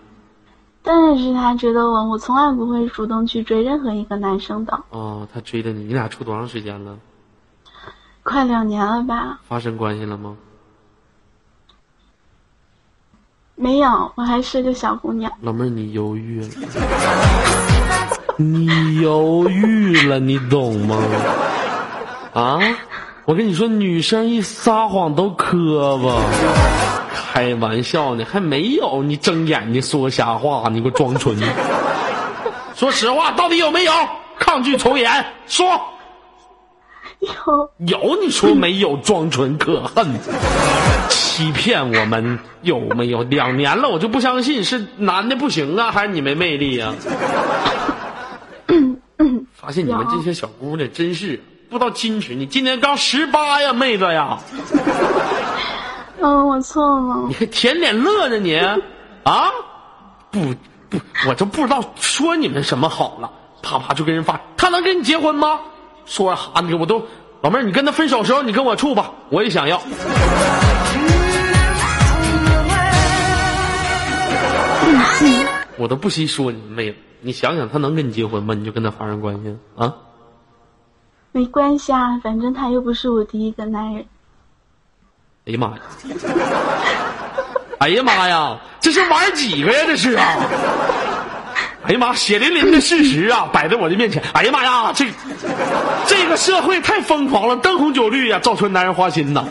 但是他追的我，我从来不会主动去追任何一个男生的。哦，他追的你，你俩处多长时间了？快两年了吧？发生关系了吗？没有，我还是个小姑娘。老妹儿，你犹豫了，你犹豫了，你懂吗？啊，我跟你说，女生一撒谎都磕巴，开玩笑呢，还没有你睁眼睛说瞎话，你给我装纯。说实话，到底有没有？抗拒从严，说有，有，你说没有，装纯可恨，欺骗我们有没有？ 两年了，我就不相信是男的不行啊，还是你没魅力啊？ 发现你们这些小姑娘真是不知道矜持，你今年刚十八呀，妹子呀，嗯，我错了你。还舔脸乐呢你？啊，不不，我就不知道说你们什么好了，啪啪就跟人发，他能跟你结婚吗？说啥、你我都老妹儿，你跟他分手时候你跟我处吧，我也想要。我都不惜说你妹子，你想想他能跟你结婚吗？你就跟他发生关系啊？没关系啊，反正他又不是我第一个男人。哎呀妈呀！哎呀妈呀！这是玩几个呀？这是啊！哎呀妈，血淋淋的事实啊，摆在我的面前。哎呀妈呀，这这个社会太疯狂了，灯红酒绿呀、造成男人花心呐。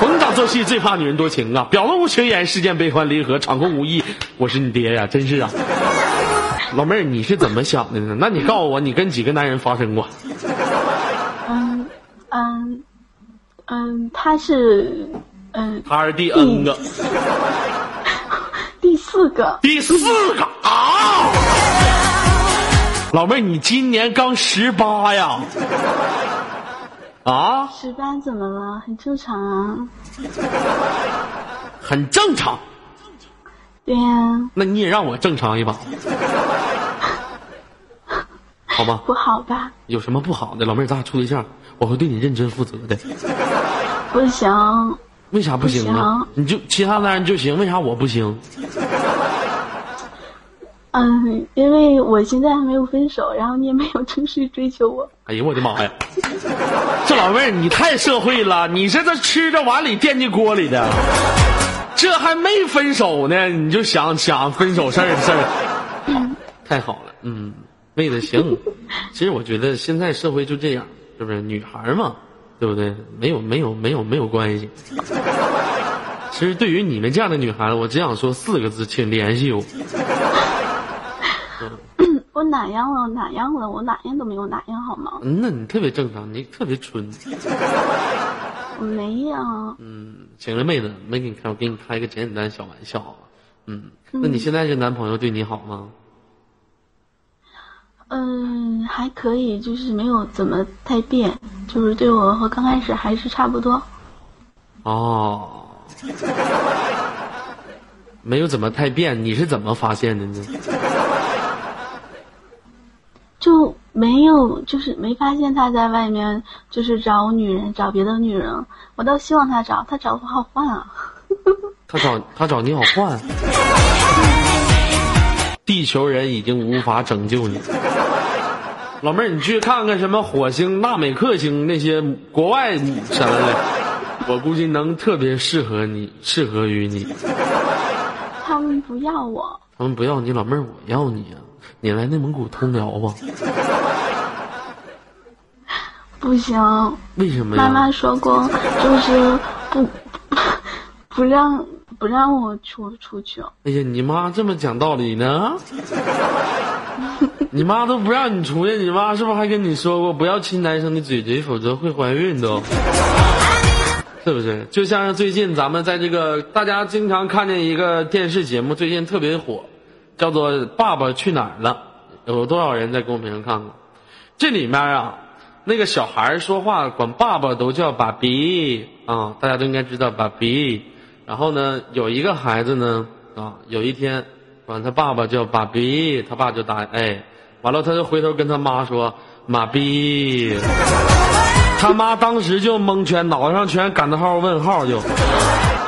逢场作戏，最怕女人多情啊。表露无情言，世间悲欢离合，场空无意。我是你爹呀、真是啊。老妹儿，你是怎么想的呢？那你告诉我，你跟几个男人发生过？嗯嗯嗯，他是嗯他是第 N 个，第四个，第四个啊！老妹儿，你今年刚十八呀？啊，十八怎么了？很正常啊。很正常。对呀、那你也让我正常一把，好吗？不好吧？有什么不好的？老妹儿，咱俩处对象，我会对你认真负责的。不行，为啥不行啊？你就其他男人就行，为啥我不行？嗯，因为我现在还没有分手，然后你也没有正式追求我。哎呀，我的妈呀！这老妹儿你太社会了，你是这吃着碗里惦记锅里的，这还没分手呢，你就想想分手事儿的事儿，太好了，嗯，妹子行。其实我觉得现在社会就这样，是不是？女孩儿嘛，对不对？没有没有没有没有关系。其实对于你们这样的女孩子，我只想说四个字，请联系我。我哪样了？哪样了？我哪样都没有哪样，好吗？嗯，那你特别正常，你特别纯。我没有，行了，妹子，没给你开，我给你开个简简单小玩笑啊。嗯，那你现在这男朋友对你好吗？嗯，还可以，就是没有怎么太变，就是对我和刚开始还是差不多。哦， 没有怎么太变，你是怎么发现的呢？就没有，就是没发现他在外面就是找女人，找别的女人。我倒希望他找，他找不好换啊。他找他找你好换，地球人已经无法拯救你。老妹儿，你去看看什么火星、纳美克星那些国外什么的，我估计能特别适合你，适合于你。他们不要我，他们不要你，老妹儿，我要你啊！你来内蒙古通辽吧？不行。为什么呀？妈妈说过，就是不 不让不让我出出去。哎呀，你妈这么讲道理呢？ 你妈都不让你出去，你妈是不是还跟你说过不要亲男生的嘴嘴，否则会怀孕的？哦 是不是？就像是最近咱们在这个大家经常看见一个电视节目，最近特别火，叫做《爸爸去哪儿了》，有多少人在公屏上看过？这里面啊，那个小孩儿说话管爸爸都叫爸比啊，大家都应该知道爸比。然后呢，有一个孩子呢啊，有一天管他爸爸叫爸比，他爸就答应哎，完了他就回头跟他妈说妈逼，他妈当时就蒙圈，脑袋上全感叹号问号就。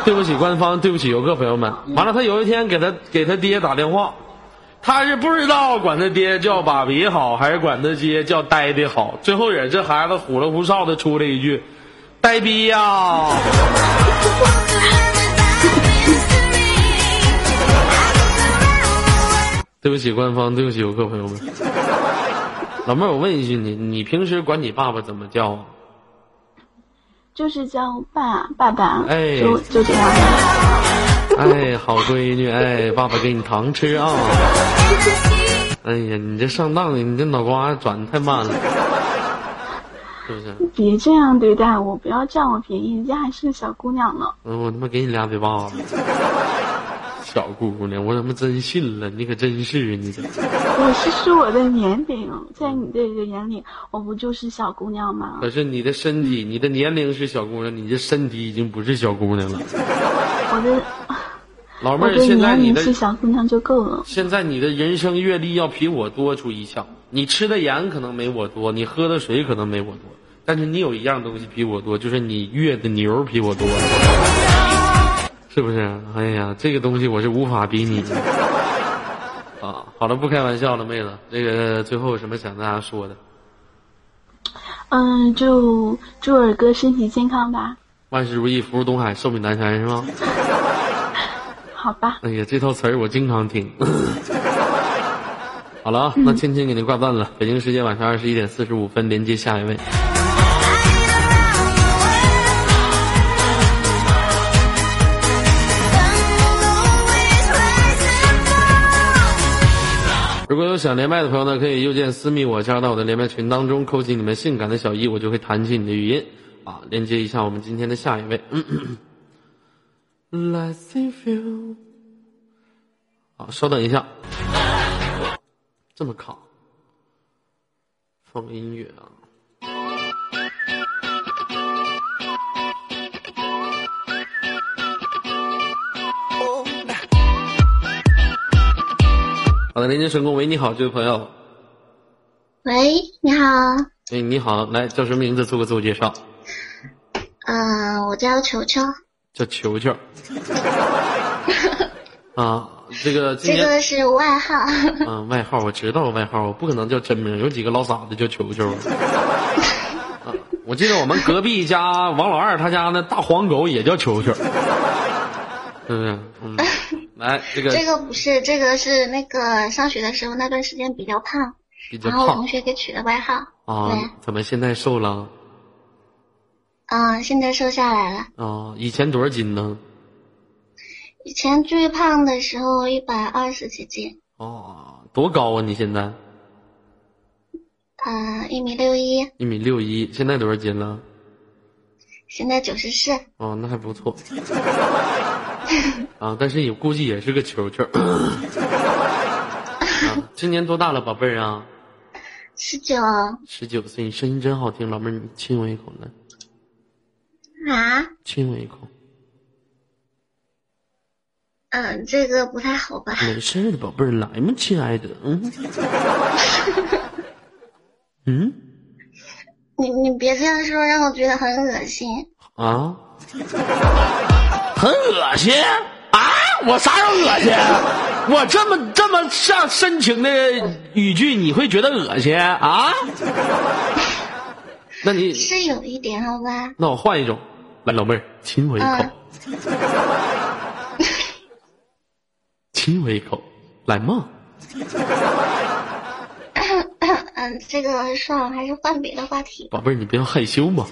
对不起官方，对不起游客朋友们。完了，他有一天给他给他爹打电话，他是不知道管他爹叫爸比好，还是管他爹叫呆的好。最后也是孩子虎了胡哨的出了一句：“呆逼呀、对不起官方，对不起游客朋友们。老妹儿，我问一句你，你平时管你爸爸怎么叫啊？就是叫爸爸爸，哎就就这样。 哎，好闺女，哎，爸爸给你糖吃 啊。哎呀，你这上当，你这脑瓜转的太慢了，是不是？别这样对待我，不要占我便宜，人家还是个小姑娘呢。嗯，我他妈给你俩嘴巴子。小姑娘，我他妈真信了，你可真是你这。我是说我的年龄，在你这个眼里，我不就是小姑娘吗？可是你的身体，你的年龄是小姑娘，你这身体已经不是小姑娘了。我的老妹我儿，的哎现在年你龄的是小姑娘就够了。现在你的人生阅历要比我多出一项，你吃的盐可能没我多，你喝的水可能没我多，但是你有一样东西比我多，就是你越的牛比我多，是不是？哎呀，这个东西我是无法比拟的。啊，好了，不开玩笑了，妹子，这个最后有什么想跟大家说的？嗯，就祝尔哥身体健康吧。万事如意，福如东海，寿比南山，是吗？好吧，哎呀，这套词儿我经常听。 好了啊，那倩倩给您挂断了。北京时间晚上二十一点四十五分，连接下一位。如果有想连麦的朋友呢，可以右键私密我，加入到我的连麦群当中，扣起你们性感的小一，我就会弹起你的语音啊，连接一下我们今天的下一位。Let's see you。好，啊稍等一下，这么卡，放个音乐啊。好的，连接成功。喂，你好，这位朋友。喂，你好，哎，你好，来叫什么名字？做个自我介绍。呃，我叫球球，叫 球球。啊，这个今这年个是外号， 嗯、外号我知道外号，我不可能叫真名，有几个老傻子叫球 球。啊，我记得我们隔壁家王老二他家那大黄狗也叫球球，嗯嗯， 来这个这个不是，这个是那个上学的时候那段时间比较胖，比较然后我胖同学给取的外号，啊对，怎么现在瘦了嗯、现在瘦下来了，啊？以前多少斤呢？以前最胖的时候一百二十几斤，哦，多高啊？你现在嗯、呃，一米六一，一米六一，现在多少斤了？现在九十四，哦，那还不 错。啊，但是也估计也是个球 球。啊，今年多大了，宝贝儿啊？十九十九岁，你声音真好听，老妹儿，你亲我一口来，啊，亲我一口。嗯、这个不太好吧？没事儿的，宝贝儿，来嘛，亲爱的，嗯，嗯你你别这样说，让我觉得很恶心。啊，很恶心啊！我啥时候恶心？啊我这么这么上深情的语句，你会觉得恶心啊？那你是有一点好吧？那我换一种，来，老妹儿亲我一口嗯， 亲我一口，来嘛，嗯、这个算了，还是换别的话题。宝贝儿，你不要害羞嘛。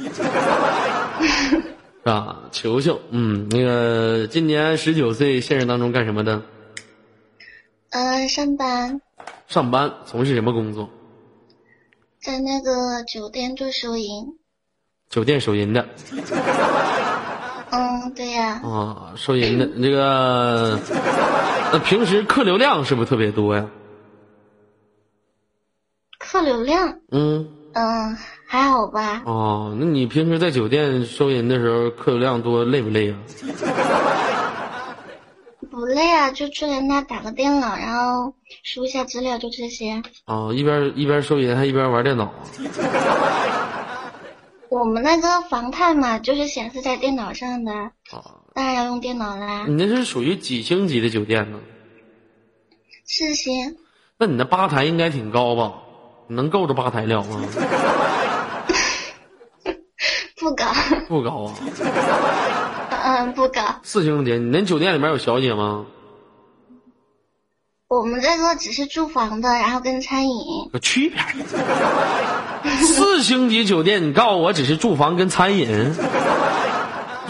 啊，球球，嗯，那个今年十九岁，现实当中干什么的？呃，上班上班，从事什么工作？在那个酒店做收银。酒店收银的嗯，对呀、啊，收银的。这个，那平时客流量是不是特别多呀？客流量，嗯，嗯、还好吧。哦，那你平时在酒店收银的时候，客流量多，累不累啊？不累啊，就去人那打个电脑，然后输一下资料，就这些。哦，一边一边收银还一边玩电脑啊。我们那个房态嘛，就是显示在电脑上的，啊，当然要用电脑啦。你那是属于几星级的酒店呢？四星，那你那吧台应该挺高吧？你能够着吧台了吗？不高，不高啊。 嗯，不高。四星级，你那酒店里面有小姐吗？我们这个只是住房的，然后跟餐饮，有区别。四星级酒店，你告诉我只是住房跟餐饮，怎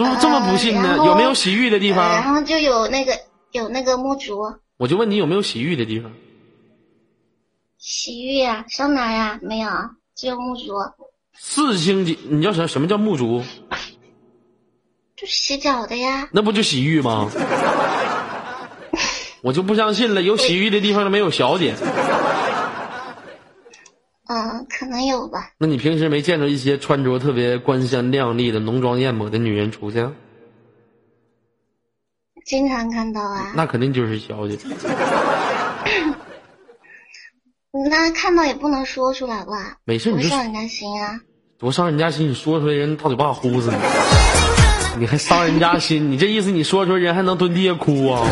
么这么不信呢？然后有没有洗浴的地呃然方？后就有那个有那个沐足、我就问你有没有洗浴的地方？洗浴呀、桑拿呀、没有，只有沐足，四星级，你叫什什么叫沐足？就洗脚的呀。那不就洗浴吗？ 我就不相信了，有洗浴的地方没有小姐？嗯，可能有吧。那你平时没见着一些穿着特别光鲜亮丽的浓妆艳抹的女人出现？经常看到啊，那肯定就是小姐。那看到也不能说出来吧，没事，不你就伤人家心啊。多伤人家心，你说出来人大嘴巴呼死你，你还伤人家心，你这意思你说出来人还能蹲地下哭啊？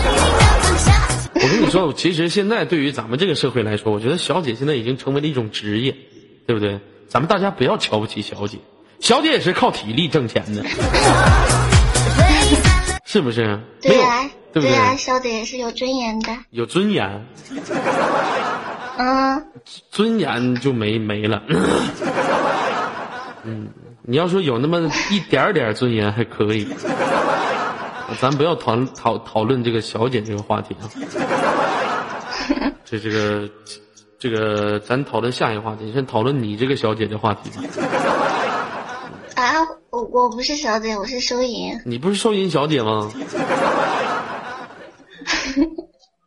我跟你说，其实现在对于咱们这个社会来说，我觉得小姐现在已经成为了一种职业，对不对？咱们大家不要瞧不起小姐，小姐也是靠体力挣钱的，是不是？没对啊有呀、，对不对呀、小姐也是有尊严的。有尊严，嗯，呢？尊严就没没了。嗯，你要说有那么一点点尊严还可以，咱不要讨讨讨论这个小姐这个话题啊。这这个这个，咱讨论下一个话题，先讨论你这个小姐这话题吧。啊，我我不是小姐，我是收银。你不是收银小姐 吗？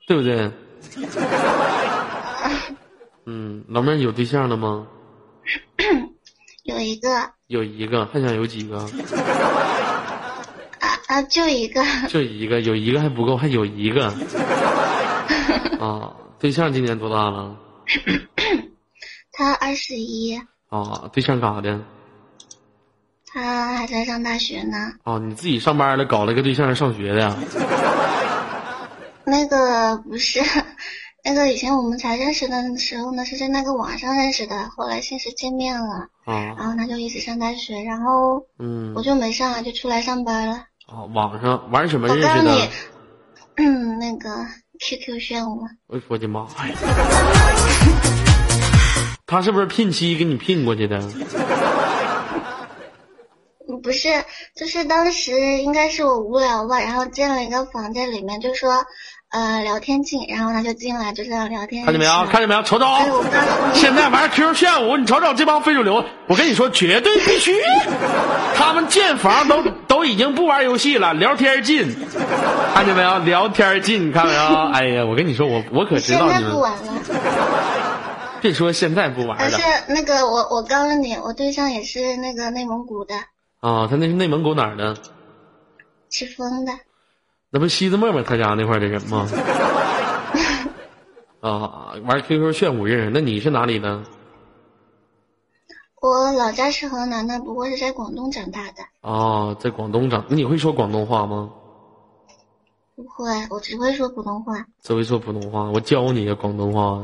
对 不对？嗯，老妹儿有对象了吗？有一个啊有一个，还想有几个？ 啊，就一个， 就一个，有一个还不够，还有一个。啊，对象今年多大了？他二十一，啊，对象干啥的？他还在上大学呢。啊，你自己上班了，搞了个对象上学的。那个不是， 那个以前我们才认识的时候呢，是在那个网上认识的，后来现实见面了，啊，然后他就一直上大学，然后嗯我，就没上，啊就出来上班了。 啊，网上玩什么我认告诉识的？你，嗯，那个 QQ 炫我，哎我的妈呀！ 他是不是聘妻给你聘过去的？嗯不是，就是当时应该是我无聊吧，然后进了一个房间，里面就说，呃，聊天进，然后他就进来，就这样聊天。看见没有？啊看见没有？瞅瞅，哎，我告诉现你，在玩 QQ 炫舞，你瞅瞅这帮非主流，我跟你说，绝对必须！他们建房都都已经不玩游戏了，聊天进，看见没有？聊天进，看见没 有？哎呀，我跟你说，我我可知现道在你不们，玩啊了。别说现在不玩而了是那个我，我告诉你，我对象也是那个内蒙古的，啊，他那是内蒙古哪儿的？赤峰的。那不西子沫沫他家那块儿的人 吗？啊，玩 QQ 炫舞认识，那你是哪里的？我老家是河南的，不过是在广东长大的。哦，在广东长，你会说广东话吗？不会，我只会说普通话。只会说普通话，我教你个啊广东话。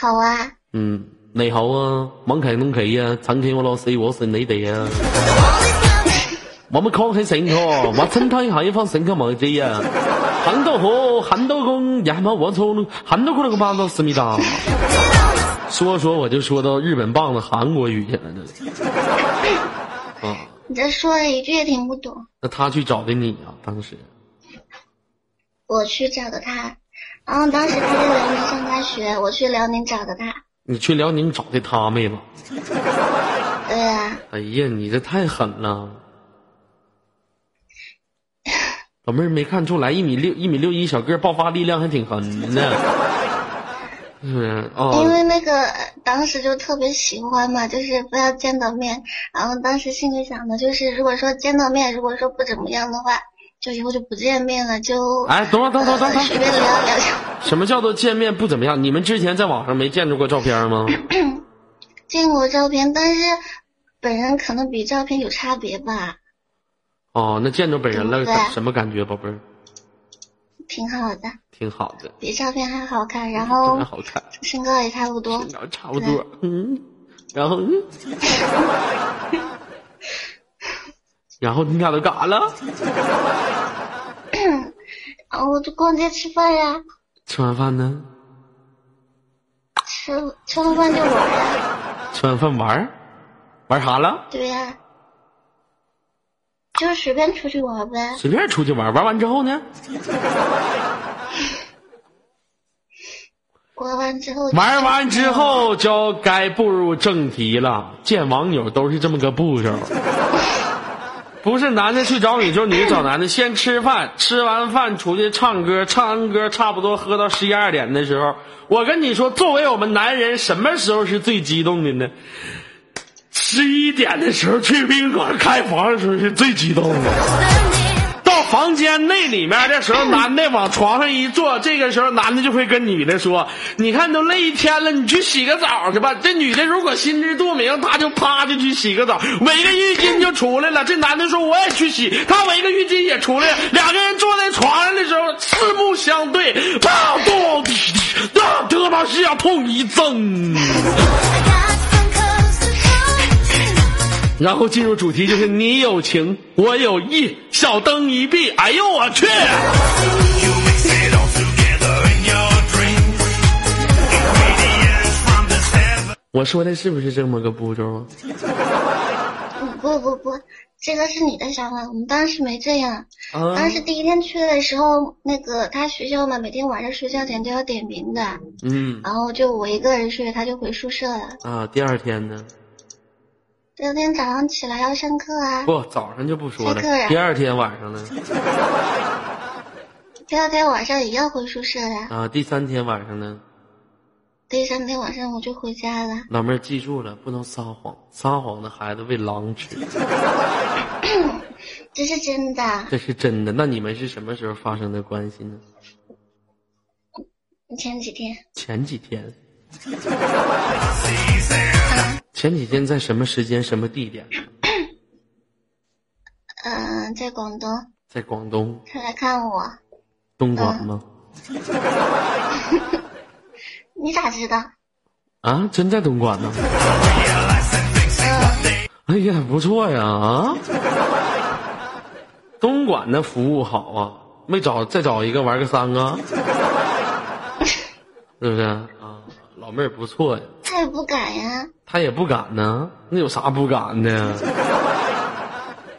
好啊，嗯，你好啊，猛禽弄企啊，曾經我老死我信你哋啊。我们康起成個，我身體喺方成個位置啊，很多好，很多工，也冇我从，很多工个棒子思密达。说说我就说到日本棒子韩国语去了呢。啊，你这说了一句也听不懂。那他去找的你啊，当时我去找的他，然后当时他在辽宁上大学，我去辽宁找的他。你去辽宁找的他妹子。对啊，哎呀，你这太狠了！老妹儿没看出来，一米六一米六一小个儿，爆发力量还挺狠的呢。是因哦，为那个呃当时就特别喜欢嘛，就是非要见到面。然后当时心里想的就是，如果说见到面，如果说不怎么样的话，就以后就不见面了，就哎，等会儿，等会儿，等会呃儿随等会便儿，聊一聊就。什么叫做见面不怎么样？你们之前在网上没见着过照片吗？见过照片，但是本人可能比照片有差别吧，哦，那见着本人了对，什么感觉，宝贝儿？挺好的，挺好的，比照片还好看，然真的后好看，身高也差不多。然后差不多，嗯，然后，嗯 然后你俩都干啥了？然后就逛街吃饭呀、吃完饭呢？吃吃完饭就玩呀、吃完饭玩儿，玩啥了？对呀、就随便出去玩呗。随便出去玩儿，玩完之后呢？玩完之后就玩完之后就该步入正题了，见网友都是这么个步骤。不是男的去找女，就是女的找男的。先吃饭，吃完饭出去唱歌，唱完歌差不多喝到十一二点的时候，我跟你说，作为我们男人，什么时候是最激动的呢？十一点的时候去宾馆开房的时候是最激动的。到房间那里面的时候，男的往床上一坐，这个时候男的就会跟女的说：“你看都累一天了，你去洗个澡去吧。”这女的如果心知肚明，她就啪就去洗个澡，围个浴巾就出来了。这男的说：“我也去洗。”他围个浴巾也出来了。两个人坐在床上的时候，四目相对，啪咚，那德玛西亚痛一赠。然后进入主题，就是你有情，我有意，小灯一闭，哎呦我去！ You mix it all together in your dreams. 我说的是不是这么个步骤啊？不不不，这个是你的想法，我们当时没这样。啊，当时第一天去的时候，那个他学校嘛，每天晚上睡觉前都要点名的，嗯然后就我一个人睡，他就回宿舍了。啊，第二天呢？第二天早上起来要上课啊，不，早上就不说了上课呀。第二天晚上呢？第二天晚上也要回宿舍呀、啊，第三天晚上呢？第三天晚上我就回家了。老妹儿记住了，不能撒谎，撒谎的孩子喂狼吃，这是真的，这是真的。那你们是什么时候发生的关系呢？前几天前几天，啊，前几天在什么时间、什么地点？嗯、在广东，在广东他来看我，东莞吗？你咋知道？啊，真在东莞呢？哎呀，不错呀啊！东莞的服务好啊，没找再找一个玩个三啊，是不是啊？老妹儿不错呀，他也不敢呀，她也不敢呢，那有啥不敢的？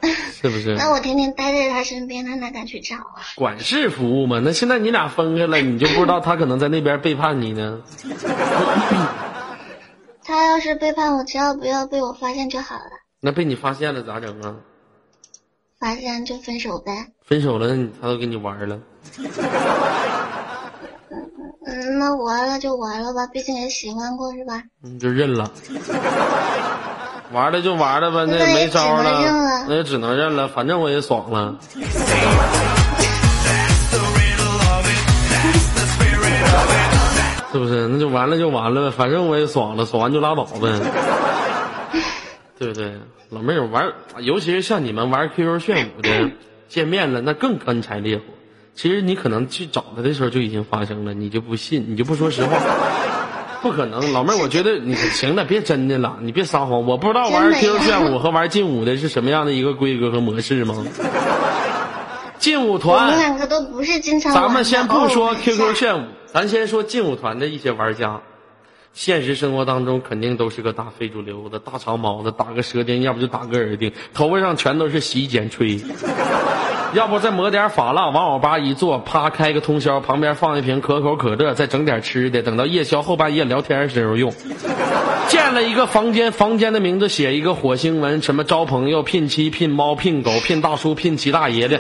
是不是？那我天天待在他身边，他哪敢去找啊？管事服务嘛。那现在你俩分开了，你就不知道她可能在那边背叛你呢。他要是背叛我，只要不要被我发现就好了，那被你发现了咋整啊？发现就分手呗。分手了，她都跟你玩了。嗯，那玩了就玩了吧，毕竟也喜欢过是吧？你嗯就认了，玩了就玩了吧，那那也也没招儿只能认了了，那也只能认了，反正我也爽了。是不是？那就完了就完了呗，反正我也爽了，爽完就拉倒 呗，对不对？老妹儿玩，尤其是像你们玩 QQ 炫舞的，见面了那更干柴烈火。其实你可能去找他的时候就已经发生了，你就不信，你就不说实话。不可能，老妹儿，我觉得你行了，别真的了，你别撒谎。我不知道玩真的 QQ 呀炫舞和玩劲舞的是什么样的一个规格和模 式吗？劲舞我们团，两个都不是经常玩的。咱们先不说偶尔一下 QQ 炫舞，咱先说劲舞团的一些玩家，现实生活当中肯定都是个大非主流的、大长毛的，打个舌钉，要不就打个耳钉，头发上全都是洗剪吹，要不再抹点发蜡，往网吧一坐，啪开个通宵，旁边放一瓶可口可乐，再整点吃的，等到夜宵后半夜聊天的时候用。建了一个房间，房间的名字写一个火星文，什么招朋友、聘妻、聘猫、聘狗、聘大叔、聘齐大爷的。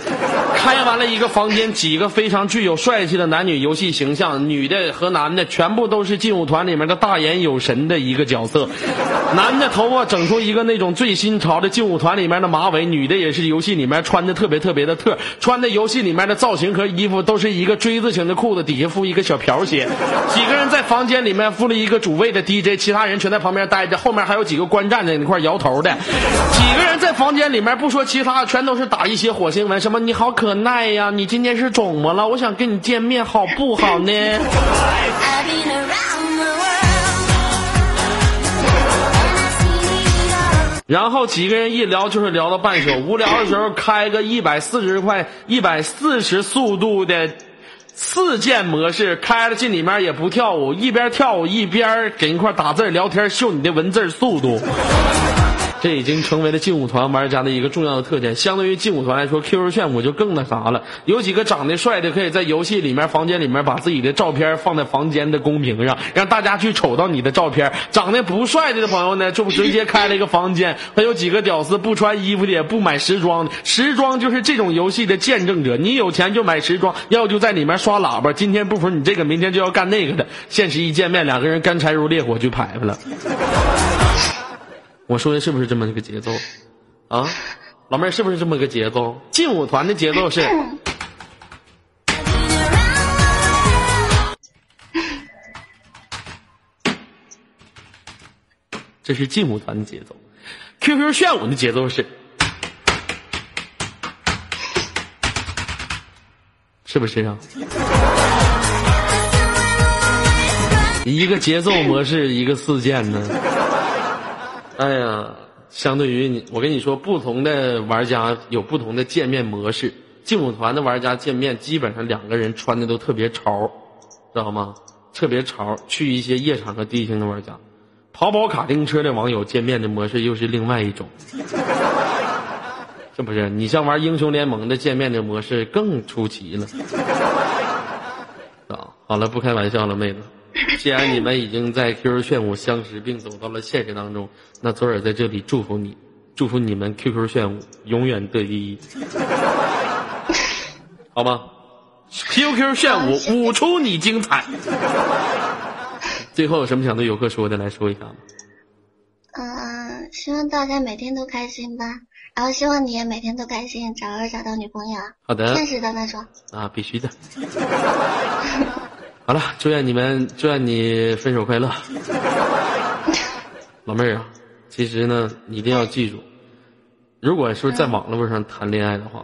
开完了一个房间，几个非常具有帅气的男女游戏形象，女的和男的全部都是劲舞团里面的大眼有神的一个角色。男的头发整出一个那种最新潮的劲舞团里面的马尾，女的也是游戏里面穿的特别特别的特，穿的游戏里面的造型和衣服都是一个锥字形的裤子，底下附一个小瓢鞋。几个人在房间里面附了一个主位的 DJ，其他人全在旁边待着，后面还有几个观战的那块摇头的。几个人在房间里面不说其他，全都是打一些火星文，什么你好可耐呀，你今天是肿么了？我想跟你见面，好不好 I've 呢？been around the world, and I've seen it all. 然后几个人一聊就是聊到半宿，无聊的时候开个一百四十块、一百四十速度的四键模式，开了进里面也不跳舞，一边跳舞一边给一块打字聊天，秀你的文字速度。这已经成为了劲舞团玩家的一个重要的特点。相对于劲舞团来说，QQ 炫舞就更那啥了。有几个长得帅的，可以在游戏里面、房间里面把自己的照片放在房间的公屏上，让大家去瞅到你的照片。长得不帅的朋友呢，就直接开了一个房间。还有几个屌丝不穿衣服的，也不买时装的，时装就是这种游戏的见证者。你有钱就买时装，要就在里面刷喇叭。今天不服你这个，明天就要干那个的。现实一见面，两个人干柴如烈火，就排排了。我说的是不是这么个节奏？啊，老妹儿是不是这么个节奏？劲舞团的节奏是，这是劲舞团的节奏，QQ 炫舞的节奏是，是不是啊？一个节奏模式，一个四键呢。哎呀，相对于你，我跟你说，不同的玩家有不同的见面模式。劲舞团的玩家见面，基本上两个人穿的都特别潮，知道吗？特别潮，去一些夜场和迪厅的玩家，淘宝卡丁车的网友见面的模式又是另外一种， 是不是？你像玩英雄联盟的见面的模式更出奇了。啊，好了，不开玩笑了，妹子。既然你们已经在 QQ 炫舞相识并走到了现实当中，那左耳在这里祝福你，祝福你们 QQ 炫舞永远得第一，好吗？QQ 炫舞舞出你精彩。最后有什么想对游客说的，来说一下吧。嗯，希望大家每天都开心吧，然后希望你也每天都开心，早日找到女朋友，好的，现实的那 Oh, 种。啊，必须的。 好了，祝愿你们，祝愿你分手快乐，老妹儿啊！其实呢，你一定要记住，如果说在网络上谈恋爱的话，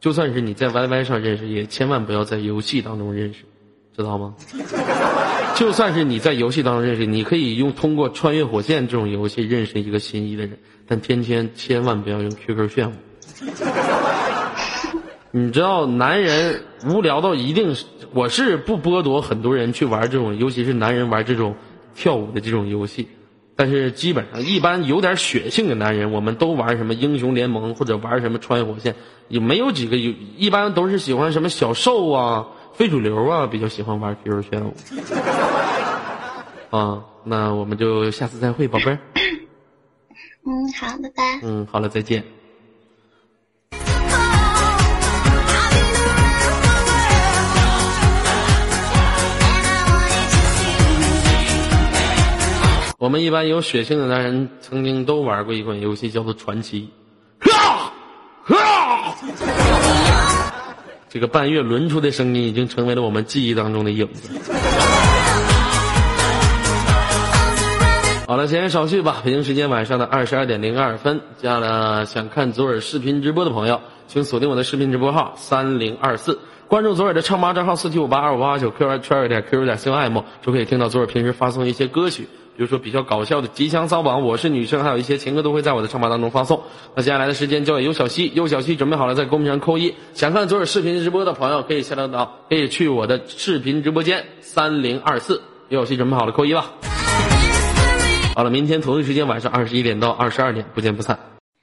就算是你在 YY 上认识，也千万不要在游戏当中认识，知道吗？ 就算是你在游戏当中认识，你可以用通过穿越火线这种游戏认识一个心仪的人，但天天千万不要用 QQ 炫舞。你知道，男人无聊到一定是，我是不剥夺很多人去玩这种，尤其是男人玩这种跳舞的这种游戏。但是基本上，一般有点血性的男人，我们都玩什么英雄联盟或者玩什么穿越火线，也没有几个有，一般都是喜欢什么小兽啊、非主流啊，比较喜欢玩 QQ 炫舞。啊，那我们就下次再会，宝贝儿。嗯，好，拜拜。嗯，好了，再见。 I've been around the world, and I wanted to see. 我们一般有血性的男人曾经都玩过一款游戏，叫做《传奇》。这个半月轮出的声音已经成为了我们记忆当中的影子。好了，闲言少叙吧。北京时间晚上的二十二点零二分，接下来想看左耳视频直播的朋友，请锁定我的视频直播号三零二四，关注左耳的唱吧账号四七五八二五八九 q 圈儿点 q 点 com，就可以听到左耳平时发送一些歌曲，比如说比较搞笑的《吉祥骚榜》，我是女生，还有一些情歌都会在我的唱吧当中发送。那接下来的时间交给尤小溪，尤小溪准备好了，在公屏上扣一。想看左耳视频直播的朋友，可以下载到，可以去我的视频直播间三零二四。尤小溪准备好了，扣一吧。好了，明天同一时间晚上二十一点到二十二点，不见不散。